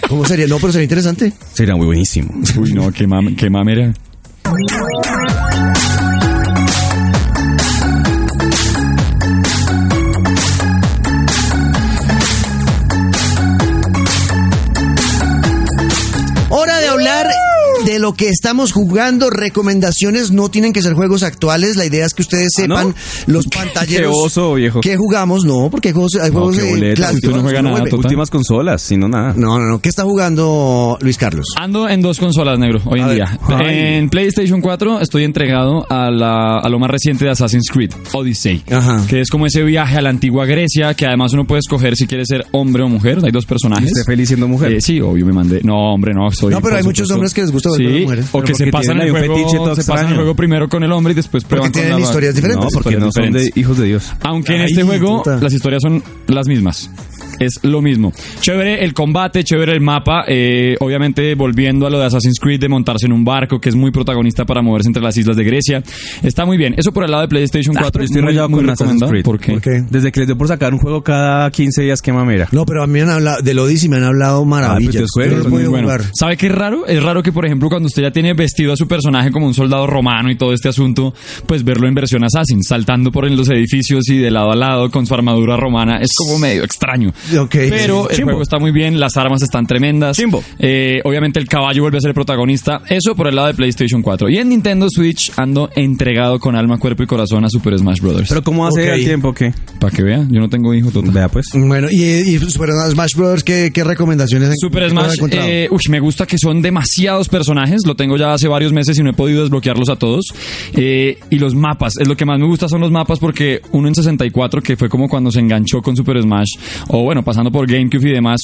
[SPEAKER 1] ¿Cómo sería? No, pero sería interesante.
[SPEAKER 3] Sería muy buenísimo.
[SPEAKER 2] Uy, no, qué, mam qué mamera.
[SPEAKER 1] Hora de hablar de lo que estamos jugando. Recomendaciones no tienen que ser juegos actuales. La idea es que ustedes
[SPEAKER 2] Ah,
[SPEAKER 3] ¿no?
[SPEAKER 1] sepan los pantalleros.
[SPEAKER 3] Qué oso, viejo.
[SPEAKER 1] Que jugamos, no, porque hay juegos, hay
[SPEAKER 3] No,
[SPEAKER 1] juegos
[SPEAKER 3] qué
[SPEAKER 1] eh,
[SPEAKER 3] boleta.
[SPEAKER 1] clásicos.
[SPEAKER 2] Usted Oh, no juega
[SPEAKER 1] que uno
[SPEAKER 2] nada,
[SPEAKER 1] vuelve.
[SPEAKER 2] total.
[SPEAKER 3] Últimas consolas, si no nada.
[SPEAKER 1] No, no, no. ¿Qué está jugando Luis Carlos?
[SPEAKER 2] Ando en dos consolas, negro, hoy en
[SPEAKER 1] ver.
[SPEAKER 2] día.
[SPEAKER 3] Ay.
[SPEAKER 2] En PlayStation 4 estoy entregado a, la, a lo más reciente de Assassin's Creed, Odyssey.
[SPEAKER 1] Ajá.
[SPEAKER 2] Que es como ese viaje a la antigua Grecia, que además uno puede escoger si quiere ser hombre o mujer. Hay dos personajes.
[SPEAKER 3] ¿Esté feliz siendo mujer?
[SPEAKER 2] Eh, sí, obvio, me mandé. No, hombre, no. Soy,
[SPEAKER 1] No, pero
[SPEAKER 2] por
[SPEAKER 1] hay muchos hombres que les gusta ver
[SPEAKER 2] Sí,
[SPEAKER 1] con las mujeres.
[SPEAKER 2] O
[SPEAKER 3] Pero
[SPEAKER 2] que se
[SPEAKER 3] porque
[SPEAKER 2] pasan,
[SPEAKER 3] tienen
[SPEAKER 2] el
[SPEAKER 3] ahí un
[SPEAKER 2] juego,
[SPEAKER 3] fetiche todo
[SPEAKER 2] se pasan el
[SPEAKER 3] extraño.
[SPEAKER 2] juego primero con el hombre y después prueban con
[SPEAKER 1] tienen
[SPEAKER 2] pues, la-
[SPEAKER 1] historias diferentes.
[SPEAKER 3] No, porque
[SPEAKER 2] historias
[SPEAKER 3] no son de
[SPEAKER 2] diferentes.
[SPEAKER 3] hijos de Dios.
[SPEAKER 2] Aunque en
[SPEAKER 1] Ay,
[SPEAKER 2] este juego
[SPEAKER 1] puta.
[SPEAKER 2] las historias son las mismas. Es lo mismo. Chévere el combate, chévere el mapa. eh, obviamente, volviendo a lo de Assassin's Creed, de montarse en un barco, que es muy protagonista para moverse entre las islas de Grecia. Está muy bien. Eso por el lado de PlayStation
[SPEAKER 3] Ah,
[SPEAKER 2] 4.
[SPEAKER 3] pero estoy
[SPEAKER 2] muy,
[SPEAKER 3] rayado
[SPEAKER 2] muy
[SPEAKER 3] con Assassin's
[SPEAKER 2] recomendado.
[SPEAKER 3] Creed.
[SPEAKER 2] ¿Por qué?
[SPEAKER 1] ¿Por qué?
[SPEAKER 3] Desde que les dio por sacar un juego cada 15 días, qué mamera.
[SPEAKER 1] No, pero a mí me han hablado, del Odyssey me han
[SPEAKER 2] Ah,
[SPEAKER 1] hablado maravillas.
[SPEAKER 3] pues, juegos
[SPEAKER 1] Yo no
[SPEAKER 3] son
[SPEAKER 1] lo puedo
[SPEAKER 2] Muy bueno.
[SPEAKER 1] jugar.
[SPEAKER 2] ¿Sabe qué es raro? Es raro que, por ejemplo, cuando usted ya tiene vestido a su personaje como un soldado romano y todo este asunto, pues verlo en versión Assassin, saltando por en los edificios y de lado a lado con su armadura romana, es como medio extraño.
[SPEAKER 1] Ok.
[SPEAKER 2] Pero el
[SPEAKER 3] Eh, Chimbo.
[SPEAKER 2] juego está muy bien, las armas están tremendas.
[SPEAKER 3] Chimbo.
[SPEAKER 2] Eh, obviamente el caballo vuelve a ser el protagonista. Eso por el lado de PlayStation 4. Y en Nintendo Switch ando entregado con alma, cuerpo y corazón a Super Smash Bros.
[SPEAKER 3] Pero ¿cómo hace
[SPEAKER 1] Ok.
[SPEAKER 3] el tiempo que?
[SPEAKER 2] para que vea, yo no tengo hijo total.
[SPEAKER 3] Vea pues.
[SPEAKER 1] Bueno, y, y Super Smash Bros., ¿qué, qué recomendaciones han-
[SPEAKER 2] Super
[SPEAKER 1] han
[SPEAKER 2] Smash,
[SPEAKER 1] encontrado?
[SPEAKER 2] eh, uy, me gusta que son demasiados personajes, lo tengo ya hace varios meses y no he podido desbloquearlos a todos. Eh, y los mapas, es lo que más me gusta son los mapas porque uno en 64, que fue como cuando se enganchó con Super Smash, o bueno, pasando por GameCube y demás.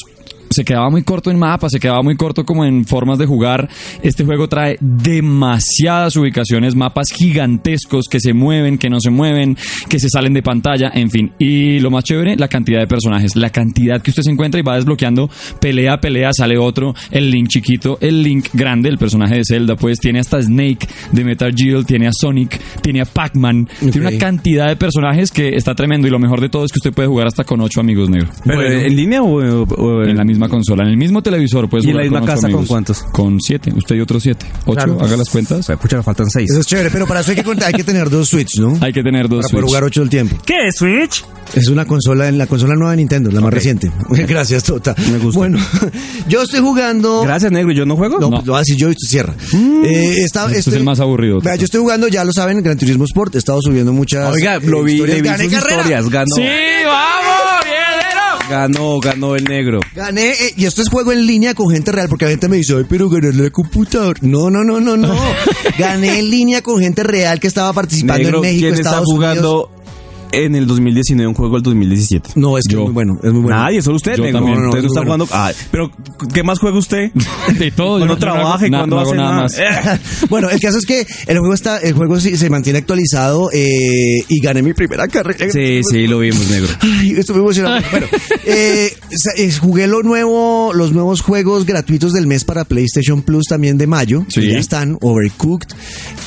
[SPEAKER 2] Se quedaba muy corto en mapas, se quedaba muy corto como en formas de jugar. Este juego trae demasiadas ubicaciones, mapas gigantescos que se mueven, que no se mueven, que se salen de pantalla, en fin. Y lo más chévere, la cantidad de personajes, la cantidad que usted se encuentra y va desbloqueando pelea a pelea, sale otro, el Link chiquito, el Link grande, el personaje de Zelda, pues tiene hasta Snake de Metal Gear, tiene a Sonic, tiene a Pac-Man, tiene
[SPEAKER 1] Ok.
[SPEAKER 2] una cantidad de personajes que está tremendo y lo mejor de todo es que usted puede jugar hasta con ocho amigos negros.
[SPEAKER 3] ¿Pero en línea o, o- o
[SPEAKER 2] En la misma misma consola, en el mismo televisor. Puedes
[SPEAKER 3] ¿Y en
[SPEAKER 2] jugar
[SPEAKER 3] la misma
[SPEAKER 2] ocho
[SPEAKER 3] casa con
[SPEAKER 2] amigos.
[SPEAKER 3] cuántos?
[SPEAKER 2] Con siete, usted y otros siete. Ocho,
[SPEAKER 1] Claro, pues,
[SPEAKER 2] haga las cuentas.
[SPEAKER 3] Pucha, nos faltan seis.
[SPEAKER 1] Eso es chévere, pero para eso hay que, contar- hay que tener dos Switch, ¿no?
[SPEAKER 2] Hay que tener dos
[SPEAKER 1] para poder
[SPEAKER 2] Switch.
[SPEAKER 1] jugar ocho del tiempo.
[SPEAKER 4] ¿Qué es Switch?
[SPEAKER 1] Es una consola, en la consola nueva de Nintendo, la más reciente. Gracias, Tota.
[SPEAKER 3] Me gusta.
[SPEAKER 1] Bueno, yo estoy jugando.
[SPEAKER 3] Gracias, negro. ¿Yo no Mm. juego?
[SPEAKER 1] No, pues lo voy a decir yo y tú cierra. Eh, está-
[SPEAKER 2] Este es
[SPEAKER 1] estoy-
[SPEAKER 2] el más aburrido.
[SPEAKER 1] Vea, yo estoy jugando, ya lo saben, Gran Turismo Sport. He estado subiendo muchas.
[SPEAKER 3] Tota. Oiga,
[SPEAKER 1] eh,
[SPEAKER 3] lo vi,
[SPEAKER 1] historias.
[SPEAKER 3] le vi
[SPEAKER 1] Gané
[SPEAKER 3] sus
[SPEAKER 1] carrera.
[SPEAKER 3] historias. Ganó.
[SPEAKER 2] ¡Sí, vamos! ¡Bienero!
[SPEAKER 3] Ganó, ganó el negro.
[SPEAKER 1] Gané, eh, y esto es juego en línea con gente real, porque la gente me dice, ay, pero ganarle la computadora. No, no, no, no, no. Gané en línea con gente real que estaba participando
[SPEAKER 3] Negro,
[SPEAKER 1] en México,
[SPEAKER 3] ¿quién está
[SPEAKER 1] Estados
[SPEAKER 3] jugando
[SPEAKER 1] Unidos.
[SPEAKER 3] en el 2019 un juego del 2017?
[SPEAKER 1] No, es que
[SPEAKER 2] Yo.
[SPEAKER 1] es muy bueno, es muy bueno.
[SPEAKER 3] Nadie, solo usted,
[SPEAKER 2] Yo
[SPEAKER 3] negro.
[SPEAKER 2] también.
[SPEAKER 3] Entonces
[SPEAKER 1] No,
[SPEAKER 3] no está
[SPEAKER 1] no,
[SPEAKER 3] jugando. Ah, pero, ¿qué más juega usted?
[SPEAKER 2] De todo.
[SPEAKER 3] Cuando
[SPEAKER 2] yo no- yo no hago-
[SPEAKER 3] trabaja y
[SPEAKER 2] na-
[SPEAKER 3] cuando
[SPEAKER 2] no hago
[SPEAKER 3] hace
[SPEAKER 2] nada
[SPEAKER 3] nada.
[SPEAKER 2] más.
[SPEAKER 1] bueno, el caso es que el juego está, el juego sí se mantiene actualizado eh, y gané mi primera carrera.
[SPEAKER 3] Sí, sí, lo vimos, negro.
[SPEAKER 1] Ay, estoy muy emocionado. Bueno, eh, sa- eh, jugué lo nuevo, los nuevos juegos gratuitos del mes para PlayStation Plus también de mayo.
[SPEAKER 2] Sí.
[SPEAKER 1] Ya están Overcooked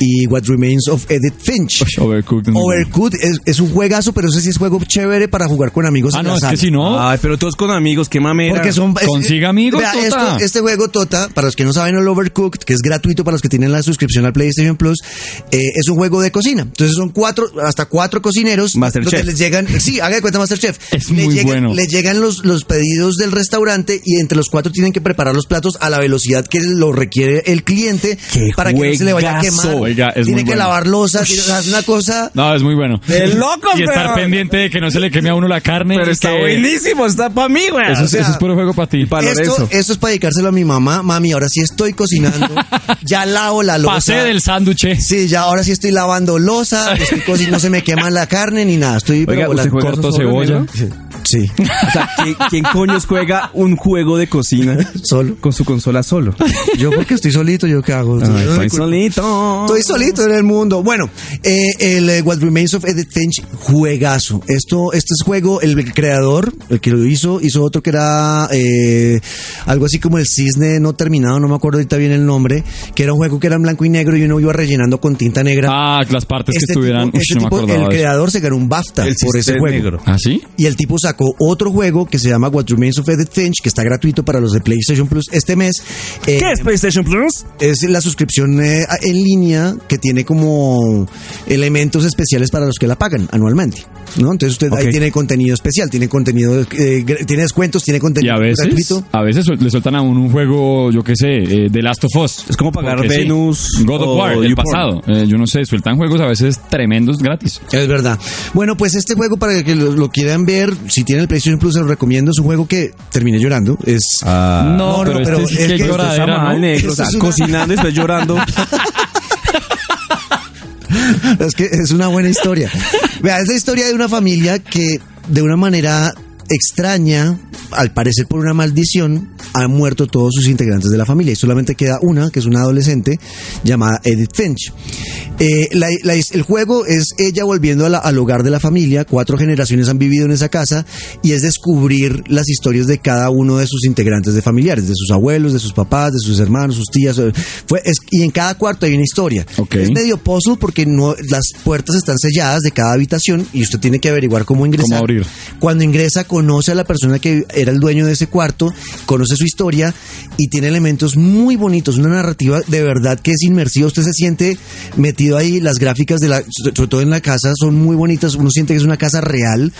[SPEAKER 1] y What Remains of Edith Finch.
[SPEAKER 2] Uy, Overcooked. es muy bueno.
[SPEAKER 1] Overcooked es, es un juegazo, pero ese sí es juego chévere para jugar con amigos.
[SPEAKER 2] Ah,
[SPEAKER 1] en
[SPEAKER 2] no,
[SPEAKER 1] la
[SPEAKER 2] es que
[SPEAKER 1] sala.
[SPEAKER 2] si no,
[SPEAKER 3] Ay, pero todos con amigos, qué mamera.
[SPEAKER 1] Porque son. es- eh,
[SPEAKER 2] Consiga Ah, amigos,
[SPEAKER 1] Vea,
[SPEAKER 2] Tota.
[SPEAKER 1] esto- este juego, Tota, para los que no saben, el Overcooked, que es gratuito para los que tienen la suscripción al PlayStation Plus, eh, es un juego de cocina. Entonces son cuatro, hasta cuatro cocineros.
[SPEAKER 3] Masterchef.
[SPEAKER 1] donde les llegan. Sí, haga de cuenta, Masterchef.
[SPEAKER 2] Es
[SPEAKER 1] Les
[SPEAKER 2] muy
[SPEAKER 1] llegan-
[SPEAKER 2] bueno.
[SPEAKER 1] Les llegan los, los pedidos del restaurante y entre los cuatro tienen que preparar los platos a la velocidad que lo requiere el cliente
[SPEAKER 3] ¡Qué
[SPEAKER 1] para que no se le vaya a
[SPEAKER 3] juegazo!
[SPEAKER 1] quemar.
[SPEAKER 2] Oiga, es
[SPEAKER 1] tiene
[SPEAKER 2] muy
[SPEAKER 1] que
[SPEAKER 2] bueno.
[SPEAKER 1] lavar losas, tiene- o sea, es una cosa.
[SPEAKER 2] No, es muy bueno.
[SPEAKER 3] ¡De locos,
[SPEAKER 2] Y estar
[SPEAKER 3] pero-
[SPEAKER 2] pendiente de que no se le queme a uno la carne.
[SPEAKER 3] Pero
[SPEAKER 2] y
[SPEAKER 3] está
[SPEAKER 2] que-
[SPEAKER 3] buenísimo, está para mí, güey.
[SPEAKER 2] Eso,
[SPEAKER 1] O
[SPEAKER 2] es-
[SPEAKER 1] sea,
[SPEAKER 2] eso es puro juego para ti.
[SPEAKER 3] pa- a
[SPEAKER 1] Esto,
[SPEAKER 3] Lorenzo.
[SPEAKER 1] esto es para dedicárselo a mi mamá. Mami, ahora sí estoy cocinando. ya lavo la losa.
[SPEAKER 2] Pasé del sándwich. eh.
[SPEAKER 1] Sí, ya ahora sí estoy lavando losa. Estoy cocinando, no se me quema la carne ni nada. Estoy
[SPEAKER 3] Oiga,
[SPEAKER 1] pero
[SPEAKER 3] ¿usted
[SPEAKER 1] volando.
[SPEAKER 3] juega
[SPEAKER 2] Corto
[SPEAKER 3] esos juegos,
[SPEAKER 2] cebolla.
[SPEAKER 3] negro?
[SPEAKER 1] Sí,
[SPEAKER 3] O sea, ¿quién, quién coños juega un juego de cocina
[SPEAKER 1] solo.
[SPEAKER 3] con su consola solo?
[SPEAKER 1] Yo porque estoy solito, ¿yo qué hago?
[SPEAKER 3] Ay, estoy solito.
[SPEAKER 1] Estoy solito en el mundo. Bueno, eh, el eh, What Remains of Edith Finch, juegazo. Esto, este es juego, el creador, el que lo hizo, hizo otro que era eh, algo así como el cisne no terminado, no me acuerdo ahorita bien el nombre, que era un juego que era en blanco y negro y uno iba rellenando con tinta negra.
[SPEAKER 2] Ah, las partes que
[SPEAKER 1] Este
[SPEAKER 2] estuvieran.
[SPEAKER 1] tipo-
[SPEAKER 2] Uy,
[SPEAKER 1] este
[SPEAKER 2] no me
[SPEAKER 1] tipo,
[SPEAKER 2] acordaba
[SPEAKER 1] el
[SPEAKER 2] de eso.
[SPEAKER 1] creador se ganó un BAFTA
[SPEAKER 3] El
[SPEAKER 1] por ese
[SPEAKER 3] cisne
[SPEAKER 1] juego.
[SPEAKER 3] negro.
[SPEAKER 2] ¿Ah, sí?
[SPEAKER 1] Y el tipo sacó otro juego que se llama What Remains of Edith Finch, que está gratuito para los de PlayStation Plus este mes. Eh,
[SPEAKER 4] ¿Qué es PlayStation Plus?
[SPEAKER 1] es la suscripción eh, a- en línea que tiene como elementos especiales para los que la pagan anualmente, ¿no? Entonces usted ahí
[SPEAKER 3] Ok.
[SPEAKER 1] tiene contenido especial, tiene contenido, eh, gr- tiene descuentos, tiene
[SPEAKER 2] Y
[SPEAKER 1] contenido
[SPEAKER 2] a veces,
[SPEAKER 1] gratuito.
[SPEAKER 2] a veces suel- le sueltan a uno un juego, yo qué sé, eh, de Last of Us.
[SPEAKER 3] Es como pagar
[SPEAKER 2] Porque sí.
[SPEAKER 3] Venus
[SPEAKER 2] God of
[SPEAKER 3] o
[SPEAKER 2] War, el
[SPEAKER 3] YouPorn.
[SPEAKER 2] pasado. Eh, yo no sé, sueltan juegos a veces tremendos gratis.
[SPEAKER 1] Es verdad. Bueno, pues este juego para que lo, lo quieran ver, si tienen el PlayStation Plus, se lo recomiendo. Es un juego que terminé llorando. Es
[SPEAKER 3] Ah,
[SPEAKER 2] no,
[SPEAKER 1] no,
[SPEAKER 2] pero,
[SPEAKER 1] no,
[SPEAKER 2] este
[SPEAKER 1] pero
[SPEAKER 2] sí
[SPEAKER 1] es
[SPEAKER 2] que,
[SPEAKER 1] que esto
[SPEAKER 3] Pero está
[SPEAKER 2] lloradera,
[SPEAKER 3] mal,
[SPEAKER 2] ¿no?
[SPEAKER 3] negro. O sea,
[SPEAKER 1] Ah, Eso es una-
[SPEAKER 3] cocinando y después llorando.
[SPEAKER 1] Es que es una buena historia. Vea, es la historia de una familia que de una manera extraña, al parecer por una maldición, han muerto todos sus integrantes de la familia y solamente queda una, que es una adolescente llamada Edith Finch. Eh, la- la- el juego es ella volviendo a la- al hogar de la familia, cuatro generaciones han vivido en esa casa y es descubrir las historias de cada uno de sus integrantes de familiares, de sus abuelos, de sus papás, de sus hermanos, sus tías, eh, fue- es- y en cada cuarto hay una historia.
[SPEAKER 2] Ok.
[SPEAKER 1] Es medio puzzle porque no, las puertas están selladas de cada habitación y usted tiene que averiguar cómo ingresar.
[SPEAKER 2] Cómo abrir.
[SPEAKER 1] Cuando ingresa, conoce a la persona que era el dueño de ese cuarto, conoce su historia y tiene elementos muy bonitos, una narrativa de verdad que es inmersiva. Usted se siente metido ahí, las gráficas de la, so- sobre todo en la casa, son muy bonitas. Uno siente que es una casa real,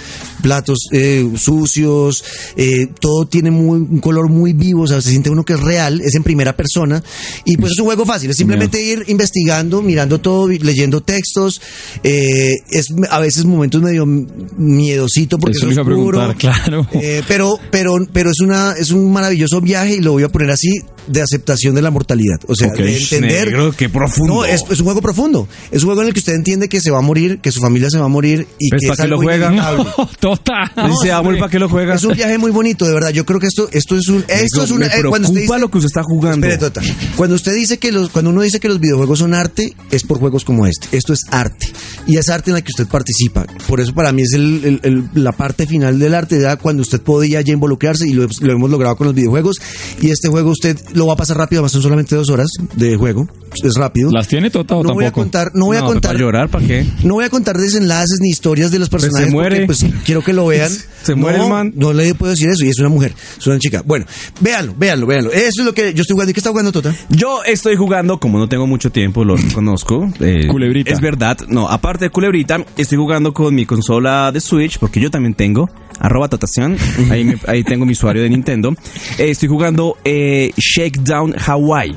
[SPEAKER 1] platos eh, sucios, eh, todo tiene muy, un color muy vivo, o sea, se siente uno que es real, es en primera persona. Y pues es un juego fácil, es simplemente ir investigando, mirando todo, y leyendo textos. eh, es a veces momentos medio miedosito porque
[SPEAKER 2] Eso
[SPEAKER 1] es
[SPEAKER 2] le iba a
[SPEAKER 1] oscuro.
[SPEAKER 2] preguntar, claro.
[SPEAKER 1] Eh, pero, pero, pero es una, es un maravilloso viaje y lo voy a poner así de aceptación de la mortalidad. O sea,
[SPEAKER 2] Ok.
[SPEAKER 1] de entender.
[SPEAKER 3] Negro, qué profundo.
[SPEAKER 1] No, es, es un juego profundo. Es un juego en el que usted entiende que se va a morir, que su familia se va a morir y
[SPEAKER 3] Pues,
[SPEAKER 1] que
[SPEAKER 3] ¿para
[SPEAKER 1] es
[SPEAKER 3] qué lo
[SPEAKER 1] algo
[SPEAKER 3] juega?
[SPEAKER 1] inevitable.
[SPEAKER 2] Total.
[SPEAKER 3] Dice, amor, ¿para qué lo juegas?
[SPEAKER 1] Es un viaje muy bonito, de verdad. Yo creo que esto, esto es un, esto es una,
[SPEAKER 3] Me
[SPEAKER 1] eh, cuando usted
[SPEAKER 3] preocupa
[SPEAKER 1] dice-
[SPEAKER 3] lo que usted está jugando.
[SPEAKER 1] Espere, Tota. Cuando usted dice que los, cuando uno dice que los videojuegos son arte, es por juegos como este. Esto es arte. Y es arte en la que usted participa. Por eso para mí es el- el- el- la parte final del arte, ya cuando usted podía ya involucrarse y lo, lo hemos logrado con los videojuegos. Y este juego usted lo va a pasar rápido, además son solamente dos horas de juego. Es rápido.
[SPEAKER 2] ¿Las tiene Tota o
[SPEAKER 1] no
[SPEAKER 2] tampoco?
[SPEAKER 1] voy a contar, no voy a
[SPEAKER 3] pues ¿Para
[SPEAKER 1] contar
[SPEAKER 3] llorar? ¿para qué?
[SPEAKER 1] no voy a contar desenlaces ni historias de los personajes
[SPEAKER 3] muere.
[SPEAKER 1] porque pues, quiero que lo vean.
[SPEAKER 3] Se muere
[SPEAKER 1] no,
[SPEAKER 3] el man.
[SPEAKER 1] No le puedo decir eso. Y es una mujer, es una chica. Bueno, véanlo, véanlo, véanlo. Eso es lo que yo estoy jugando. ¿Y qué está jugando Tota?
[SPEAKER 3] Yo estoy jugando, como no tengo mucho tiempo, lo reconozco. eh,
[SPEAKER 2] Culebrita.
[SPEAKER 3] Es verdad. No, aparte de Culebrita, estoy jugando con mi consola de Switch, porque yo también tengo. Arroba Totación. Ahí, me- ahí tengo mi usuario de Nintendo. Eh, estoy jugando eh, Shakedown Hawaii.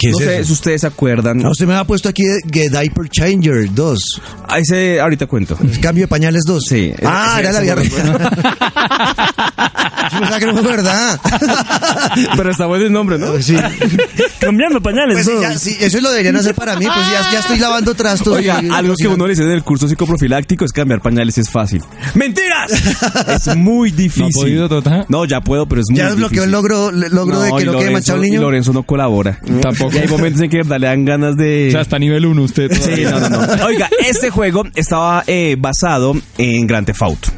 [SPEAKER 1] ¿Qué
[SPEAKER 3] no
[SPEAKER 1] es
[SPEAKER 3] sé
[SPEAKER 1] eso?
[SPEAKER 3] si ustedes se acuerdan.
[SPEAKER 1] No, usted me ha puesto aquí de- que Diaper Changer 2.
[SPEAKER 3] Ah, ese ahorita cuento.
[SPEAKER 1] Cambio de pañales 2.
[SPEAKER 3] Sí.
[SPEAKER 1] Ah,
[SPEAKER 3] Ese-
[SPEAKER 1] era la
[SPEAKER 3] ese
[SPEAKER 1] vida
[SPEAKER 3] no
[SPEAKER 1] real. Yo pensaba que no fue verdad.
[SPEAKER 3] Pero está bueno el nombre, ¿no?
[SPEAKER 1] Sí.
[SPEAKER 4] Cambiando pañales.
[SPEAKER 1] Pues sí,
[SPEAKER 4] ¿no?
[SPEAKER 1] ya, sí, eso lo deberían hacer para mí. Pues ya, ya estoy lavando trastos.
[SPEAKER 3] Oiga,
[SPEAKER 1] Y-
[SPEAKER 3] algo que uno le dice en el curso psicoprofiláctico es cambiar pañales es fácil. ¡Mentiras! Es muy difícil.
[SPEAKER 2] podido, Tota?
[SPEAKER 3] No, ya puedo, pero es muy
[SPEAKER 1] Ya
[SPEAKER 3] difícil.
[SPEAKER 1] desbloqueó el logro, el logro de
[SPEAKER 3] y
[SPEAKER 1] que no quede
[SPEAKER 3] Lorenzo-
[SPEAKER 1] manchado un
[SPEAKER 3] y
[SPEAKER 1] niño.
[SPEAKER 3] Lorenzo no colabora.
[SPEAKER 2] Tampoco.
[SPEAKER 3] Y hay momentos en que de verdad le dan ganas de.
[SPEAKER 2] O sea, hasta nivel 1 usted.
[SPEAKER 3] Sí,
[SPEAKER 2] todavía.
[SPEAKER 3] no, no, no. Oiga, este juego estaba eh, basado en Grand Theft Auto.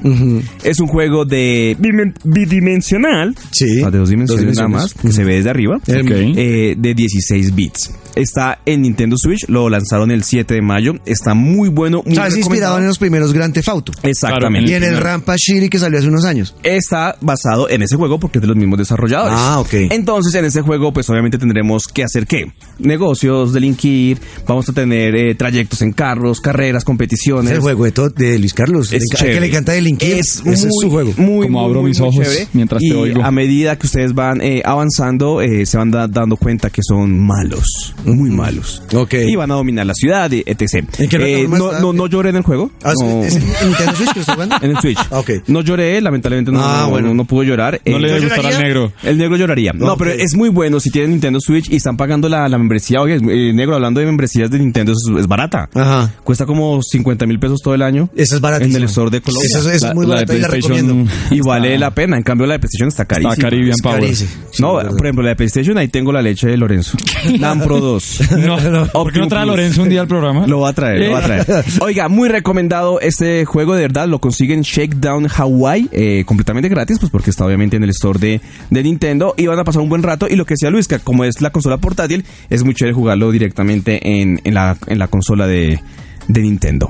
[SPEAKER 3] Es un juego de,
[SPEAKER 4] Bimen- bidimensional.
[SPEAKER 1] Sí.
[SPEAKER 3] ah, de dos dimensiones nada más, que se ve desde arriba,
[SPEAKER 2] Ok.
[SPEAKER 3] eh, de 16 bits. Está en Nintendo Switch, lo lanzaron el 7 de mayo. Está muy bueno. Muy
[SPEAKER 1] O sea, es inspirado
[SPEAKER 3] recomendado.
[SPEAKER 1] en los primeros Grand Theft Auto.
[SPEAKER 3] Exactamente.
[SPEAKER 1] Y en el Rampa Shiri que salió hace unos años.
[SPEAKER 3] está basado en ese juego porque es de los mismos desarrolladores.
[SPEAKER 1] Ah, ok.
[SPEAKER 3] Entonces, en ese juego, pues obviamente tendremos que hacer qué? Negocios, delinquir, vamos a tener eh, trayectos en carros, carreras, competiciones.
[SPEAKER 1] el juego de, to- de Luis Carlos.
[SPEAKER 3] Es
[SPEAKER 1] Le enca- al que
[SPEAKER 3] chévere.
[SPEAKER 1] le encanta delinquir.
[SPEAKER 3] Es
[SPEAKER 1] Ese es
[SPEAKER 3] muy,
[SPEAKER 1] su juego.
[SPEAKER 3] Muy,
[SPEAKER 2] Como
[SPEAKER 3] muy,
[SPEAKER 2] abro
[SPEAKER 3] muy,
[SPEAKER 2] mis
[SPEAKER 3] muy
[SPEAKER 2] ojos
[SPEAKER 3] chévere.
[SPEAKER 2] mientras te
[SPEAKER 3] Y
[SPEAKER 2] oigo.
[SPEAKER 3] A medida que ustedes van eh, avanzando, eh, se van da- dando cuenta que son malos, muy malos.
[SPEAKER 1] Ok.
[SPEAKER 3] Y van a dominar la ciudad, y etc.
[SPEAKER 1] ¿En qué
[SPEAKER 3] Eh,
[SPEAKER 1] plataforma
[SPEAKER 3] no,
[SPEAKER 1] está?
[SPEAKER 3] no, no lloré en el juego.
[SPEAKER 1] Ah, ¿es-
[SPEAKER 3] no.
[SPEAKER 1] ¿Es en Nintendo Switch que está jugando?
[SPEAKER 3] En el Switch.
[SPEAKER 1] Ah, ok.
[SPEAKER 3] No lloré, lamentablemente no,
[SPEAKER 1] Ah,
[SPEAKER 3] no-
[SPEAKER 1] bueno.
[SPEAKER 3] no, no pudo llorar.
[SPEAKER 2] No
[SPEAKER 3] Eh,
[SPEAKER 2] le debe
[SPEAKER 1] ¿Yo
[SPEAKER 2] gustar al
[SPEAKER 1] llegaría?
[SPEAKER 2] negro.
[SPEAKER 3] el negro lloraría. No,
[SPEAKER 1] Ok.
[SPEAKER 3] pero es muy bueno si tienen Nintendo Switch y están pagando la, la membresía. Oye, el negro hablando de membresías de Nintendo es, es barata.
[SPEAKER 1] Ajá.
[SPEAKER 3] Cuesta como 50 mil pesos todo el año.
[SPEAKER 1] Esa es baratísima.
[SPEAKER 3] En el store de Colombia.
[SPEAKER 1] Esa es, es
[SPEAKER 2] La-
[SPEAKER 1] muy
[SPEAKER 2] la
[SPEAKER 1] barata
[SPEAKER 2] de
[SPEAKER 1] y la
[SPEAKER 2] PlayStation
[SPEAKER 1] recomiendo.
[SPEAKER 3] Y vale la pena. En cambio, la de PlayStation está carísima.
[SPEAKER 2] Está Caribbean
[SPEAKER 1] Es
[SPEAKER 2] Power.
[SPEAKER 1] carísimo. Sí,
[SPEAKER 3] no,
[SPEAKER 1] es verdad.
[SPEAKER 3] por ejemplo, la de PlayStation, ahí tengo la leche de Lorenzo. Lampro 2.
[SPEAKER 2] No, ¿Por qué no
[SPEAKER 3] Optimus
[SPEAKER 2] trae a
[SPEAKER 3] Plus.
[SPEAKER 2] Lorenzo un día al programa?
[SPEAKER 3] Lo va a traer, lo va a traer. Oiga, muy recomendado este juego, de verdad. Lo consiguen Shakedown Hawaii, eh, completamente gratis, pues porque está obviamente en el store de, de Nintendo. Y van a pasar un buen rato. Y lo que decía Luisca, como es la consola portátil, es muy chévere jugarlo directamente en, en la, en la consola de, de Nintendo.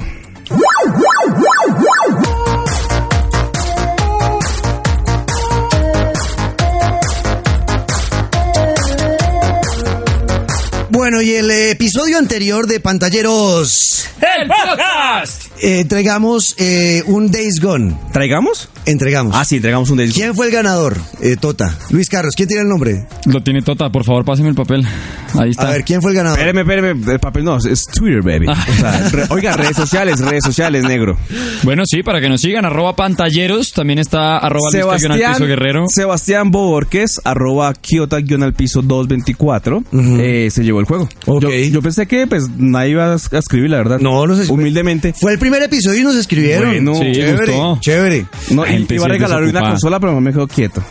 [SPEAKER 1] Bueno, y el episodio anterior de Pantalleros
[SPEAKER 4] ¡El podcast!
[SPEAKER 1] eh, entregamos eh, un Days Gone.
[SPEAKER 3] ¿Traigamos?
[SPEAKER 1] Entregamos.
[SPEAKER 3] Ah, sí, entregamos un Days Gone.
[SPEAKER 1] ¿Quién fue el ganador? Eh, Tota. Luis Carlos, ¿quién tiene el nombre?
[SPEAKER 2] Lo tiene Tota, por favor, páseme el papel. Ahí
[SPEAKER 1] A
[SPEAKER 2] está.
[SPEAKER 1] ver, ¿quién fue el ganador?
[SPEAKER 3] Espéreme, espéreme, el papel no, es Twitter, baby. O sea, re- oiga, redes sociales, redes sociales, negro.
[SPEAKER 2] Bueno, sí, para que nos sigan, arroba pantalleros, también está arroba Luis Carlos Guion al piso guerrero.
[SPEAKER 3] Sebastián Borges, arroba Kiota-piso 224, eh, se llevó el juego.
[SPEAKER 1] Ok.
[SPEAKER 3] Yo, yo pensé que pues nadie iba a es- a escribir, la verdad.
[SPEAKER 1] No, no se-
[SPEAKER 3] Humildemente.
[SPEAKER 1] Fue el primer episodio y nos escribieron.
[SPEAKER 3] Bueno,
[SPEAKER 2] sí,
[SPEAKER 1] chévere,
[SPEAKER 2] gustó.
[SPEAKER 1] chévere.
[SPEAKER 3] No,
[SPEAKER 2] La
[SPEAKER 3] y-
[SPEAKER 2] gente
[SPEAKER 3] iba a
[SPEAKER 2] sí es
[SPEAKER 3] regalar una
[SPEAKER 2] desocupada.
[SPEAKER 3] consola, pero me quedo quieto.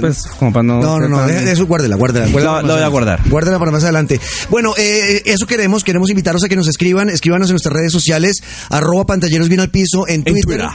[SPEAKER 3] Pues, como para no.
[SPEAKER 1] No, no,
[SPEAKER 3] ser
[SPEAKER 1] no,
[SPEAKER 3] tan-
[SPEAKER 1] deja de eso guárdela, guárdela. guárdela para más
[SPEAKER 3] La- la voy a
[SPEAKER 1] adelante.
[SPEAKER 3] guardar.
[SPEAKER 1] Guárdela para más adelante. Bueno, eh, eso queremos, queremos invitarlos a que nos escriban, escríbanos en nuestras redes sociales, arroba pantalleros bien al piso en Twitter.
[SPEAKER 3] Twitter.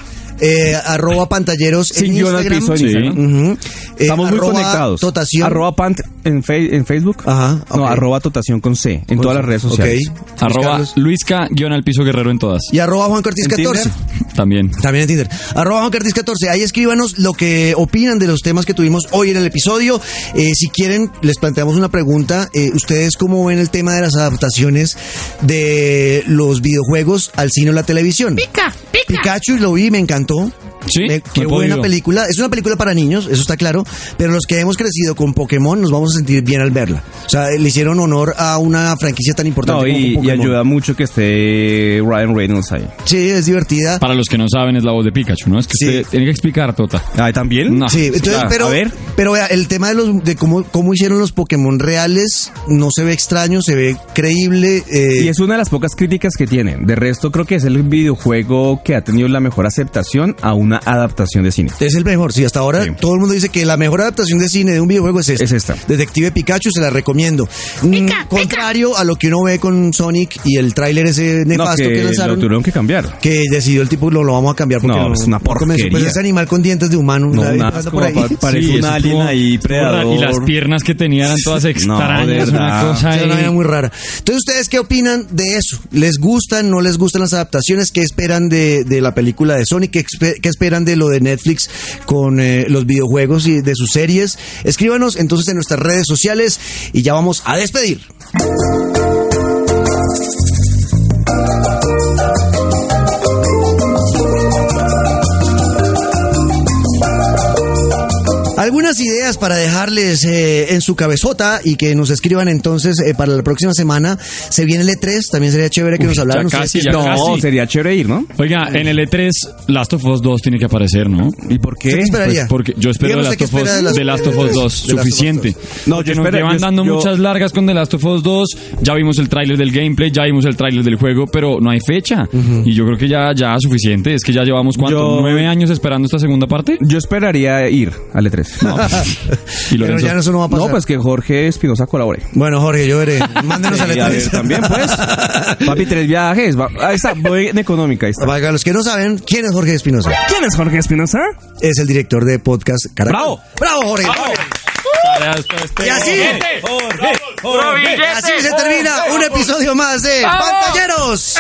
[SPEAKER 1] eh, arroba pantalleros
[SPEAKER 3] Sin
[SPEAKER 1] en
[SPEAKER 3] guión al
[SPEAKER 1] Instagram.
[SPEAKER 3] piso en
[SPEAKER 2] Sí.
[SPEAKER 3] Instagram.
[SPEAKER 1] Ujú. Eh,
[SPEAKER 3] Estamos muy
[SPEAKER 1] arroba
[SPEAKER 3] conectados.
[SPEAKER 1] Totación.
[SPEAKER 3] Arroba Pant en, fe- en Facebook.
[SPEAKER 1] Ajá,
[SPEAKER 3] No,
[SPEAKER 1] ok.
[SPEAKER 3] arroba Totación con C. En todas las redes
[SPEAKER 1] Ok.
[SPEAKER 3] sociales.
[SPEAKER 1] Luis
[SPEAKER 2] Arroba
[SPEAKER 1] Carlos.
[SPEAKER 2] Luisca guión al piso guerrero en todas.
[SPEAKER 1] Y arroba Juan Cortés
[SPEAKER 3] ¿En
[SPEAKER 1] 14.
[SPEAKER 3] Tinder?
[SPEAKER 2] También.
[SPEAKER 1] También en Tinder. Arroba Juan Cartis 14. Ahí escríbanos lo que opinan de los temas que tuvimos hoy en el episodio. Eh, si quieren, les planteamos una pregunta. Eh, ¿Ustedes cómo ven el tema de las adaptaciones de los videojuegos al cine o la televisión? Pica, pica. Pikachu lo vi, me encantó.
[SPEAKER 2] Sí,
[SPEAKER 1] Me-
[SPEAKER 2] no
[SPEAKER 1] qué
[SPEAKER 2] he
[SPEAKER 1] buena
[SPEAKER 2] podido.
[SPEAKER 1] película. Es una película para niños, eso está claro. Pero los que hemos crecido con Pokémon nos vamos a sentir bien al verla. O sea, le hicieron honor a una franquicia tan importante
[SPEAKER 3] No,
[SPEAKER 1] como
[SPEAKER 3] y, y
[SPEAKER 1] Pokémon.
[SPEAKER 3] ayuda mucho que esté Ryan Reynolds ahí.
[SPEAKER 1] Sí, es divertida.
[SPEAKER 2] Para los que no saben, es la voz de Pikachu, ¿no? Es que
[SPEAKER 1] Sí.
[SPEAKER 2] usted tiene que explicar, Tota.
[SPEAKER 3] ¿Ah, también?
[SPEAKER 2] No.
[SPEAKER 1] Sí, entonces,
[SPEAKER 3] Ah,
[SPEAKER 1] pero,
[SPEAKER 3] a ver.
[SPEAKER 1] pero vea, el tema de los de cómo, cómo hicieron los Pokémon reales no se ve extraño, se ve creíble. eh,
[SPEAKER 3] Y es una de las pocas críticas que tiene. De resto, creo que es el videojuego que ha tenido la mejor aceptación a una adaptación de cine.
[SPEAKER 1] es el mejor, sí, hasta ahora
[SPEAKER 3] Sí.
[SPEAKER 1] todo el mundo dice que la mejor adaptación de cine de un videojuego es esta.
[SPEAKER 3] Es esta.
[SPEAKER 1] Detective Pikachu se la recomiendo. Mm, contrario a lo que uno ve con Sonic y el tráiler ese nefasto que,
[SPEAKER 3] lo
[SPEAKER 1] lanzaron.
[SPEAKER 3] tuvieron que cambiar.
[SPEAKER 1] que decidió el tipo, lo, lo vamos a cambiar porque
[SPEAKER 3] No, es una
[SPEAKER 1] convenció.
[SPEAKER 3] porquería.
[SPEAKER 1] Pero ese animal con dientes de humano.
[SPEAKER 3] No,
[SPEAKER 1] ¿sabes?
[SPEAKER 3] un
[SPEAKER 1] Pasando
[SPEAKER 3] asco,
[SPEAKER 1] por ahí.
[SPEAKER 3] papá. Parece un
[SPEAKER 2] eso
[SPEAKER 3] alien
[SPEAKER 2] estuvo-
[SPEAKER 3] ahí,
[SPEAKER 2] estuvo
[SPEAKER 3] predador.
[SPEAKER 2] raro. Y las piernas que tenían eran todas extrañas,
[SPEAKER 3] de
[SPEAKER 2] una
[SPEAKER 3] verdad.
[SPEAKER 2] cosa
[SPEAKER 1] Sí,
[SPEAKER 2] ahí.
[SPEAKER 1] una vaina muy rara. Entonces, ¿ustedes qué opinan de eso? ¿Les gustan, no les gustan las adaptaciones? ¿Qué esperan de, de la película de Sonic? ¿Qué, expe- qué esperan de lo de Netflix con eh, los videojuegos y de sus series. Escríbanos entonces en nuestras redes sociales y ya vamos a despedir. Algunas ideas para dejarles eh, en su cabezota y que nos escriban entonces eh, para la próxima semana. Se viene el E3, también sería chévere que nos hablaran.
[SPEAKER 2] ya
[SPEAKER 1] ustedes
[SPEAKER 2] casi,
[SPEAKER 1] que-
[SPEAKER 2] ya
[SPEAKER 3] no,
[SPEAKER 2] casi.
[SPEAKER 3] sería chévere ir, ¿no?
[SPEAKER 2] Oiga, en el E3, Last of Us 2 tiene que aparecer, ¿no?
[SPEAKER 3] ¿Y por qué?
[SPEAKER 1] ¿Usted qué esperaría?
[SPEAKER 2] Pues porque yo espero
[SPEAKER 1] Dígame
[SPEAKER 2] de Last,
[SPEAKER 1] usted
[SPEAKER 2] of
[SPEAKER 1] qué espera de
[SPEAKER 2] Us,
[SPEAKER 1] Last-
[SPEAKER 2] The Last of Us 2,
[SPEAKER 1] de Last of Us
[SPEAKER 2] suficiente.
[SPEAKER 1] 2.
[SPEAKER 3] No,
[SPEAKER 2] Porque
[SPEAKER 3] yo
[SPEAKER 2] nos
[SPEAKER 3] espero-
[SPEAKER 2] llevan
[SPEAKER 3] yo-
[SPEAKER 2] dando
[SPEAKER 3] yo-
[SPEAKER 2] muchas largas con The Last of Us 2, ya vimos el tráiler del gameplay, ya vimos el tráiler del juego, pero no hay fecha. Y yo creo que ya, ya suficiente, es que ya llevamos cuánto,
[SPEAKER 3] Yo-
[SPEAKER 2] nueve años esperando esta segunda parte.
[SPEAKER 3] Yo esperaría ir al E3. No,
[SPEAKER 2] Y
[SPEAKER 1] Pero
[SPEAKER 2] Lorenzo,
[SPEAKER 1] ya eso no va a pasar.
[SPEAKER 3] No, pues que Jorge Espinosa colabore.
[SPEAKER 1] Bueno, Jorge, yo veré. Mándenos al
[SPEAKER 3] Y a ver,
[SPEAKER 1] E3.
[SPEAKER 3] también, pues. Papi, tres viajes. va- Ahí está, voy en económica. Ahí está.
[SPEAKER 1] Para los que no saben, ¿quién es Jorge Espinosa?
[SPEAKER 4] ¿Quién es Jorge Espinosa?
[SPEAKER 1] Es el director de podcast Caracol.
[SPEAKER 3] ¡Bravo!
[SPEAKER 1] ¡Bravo, Jorge!
[SPEAKER 2] tareas para este-
[SPEAKER 1] Y así, así se termina un episodio más de Pantalleros.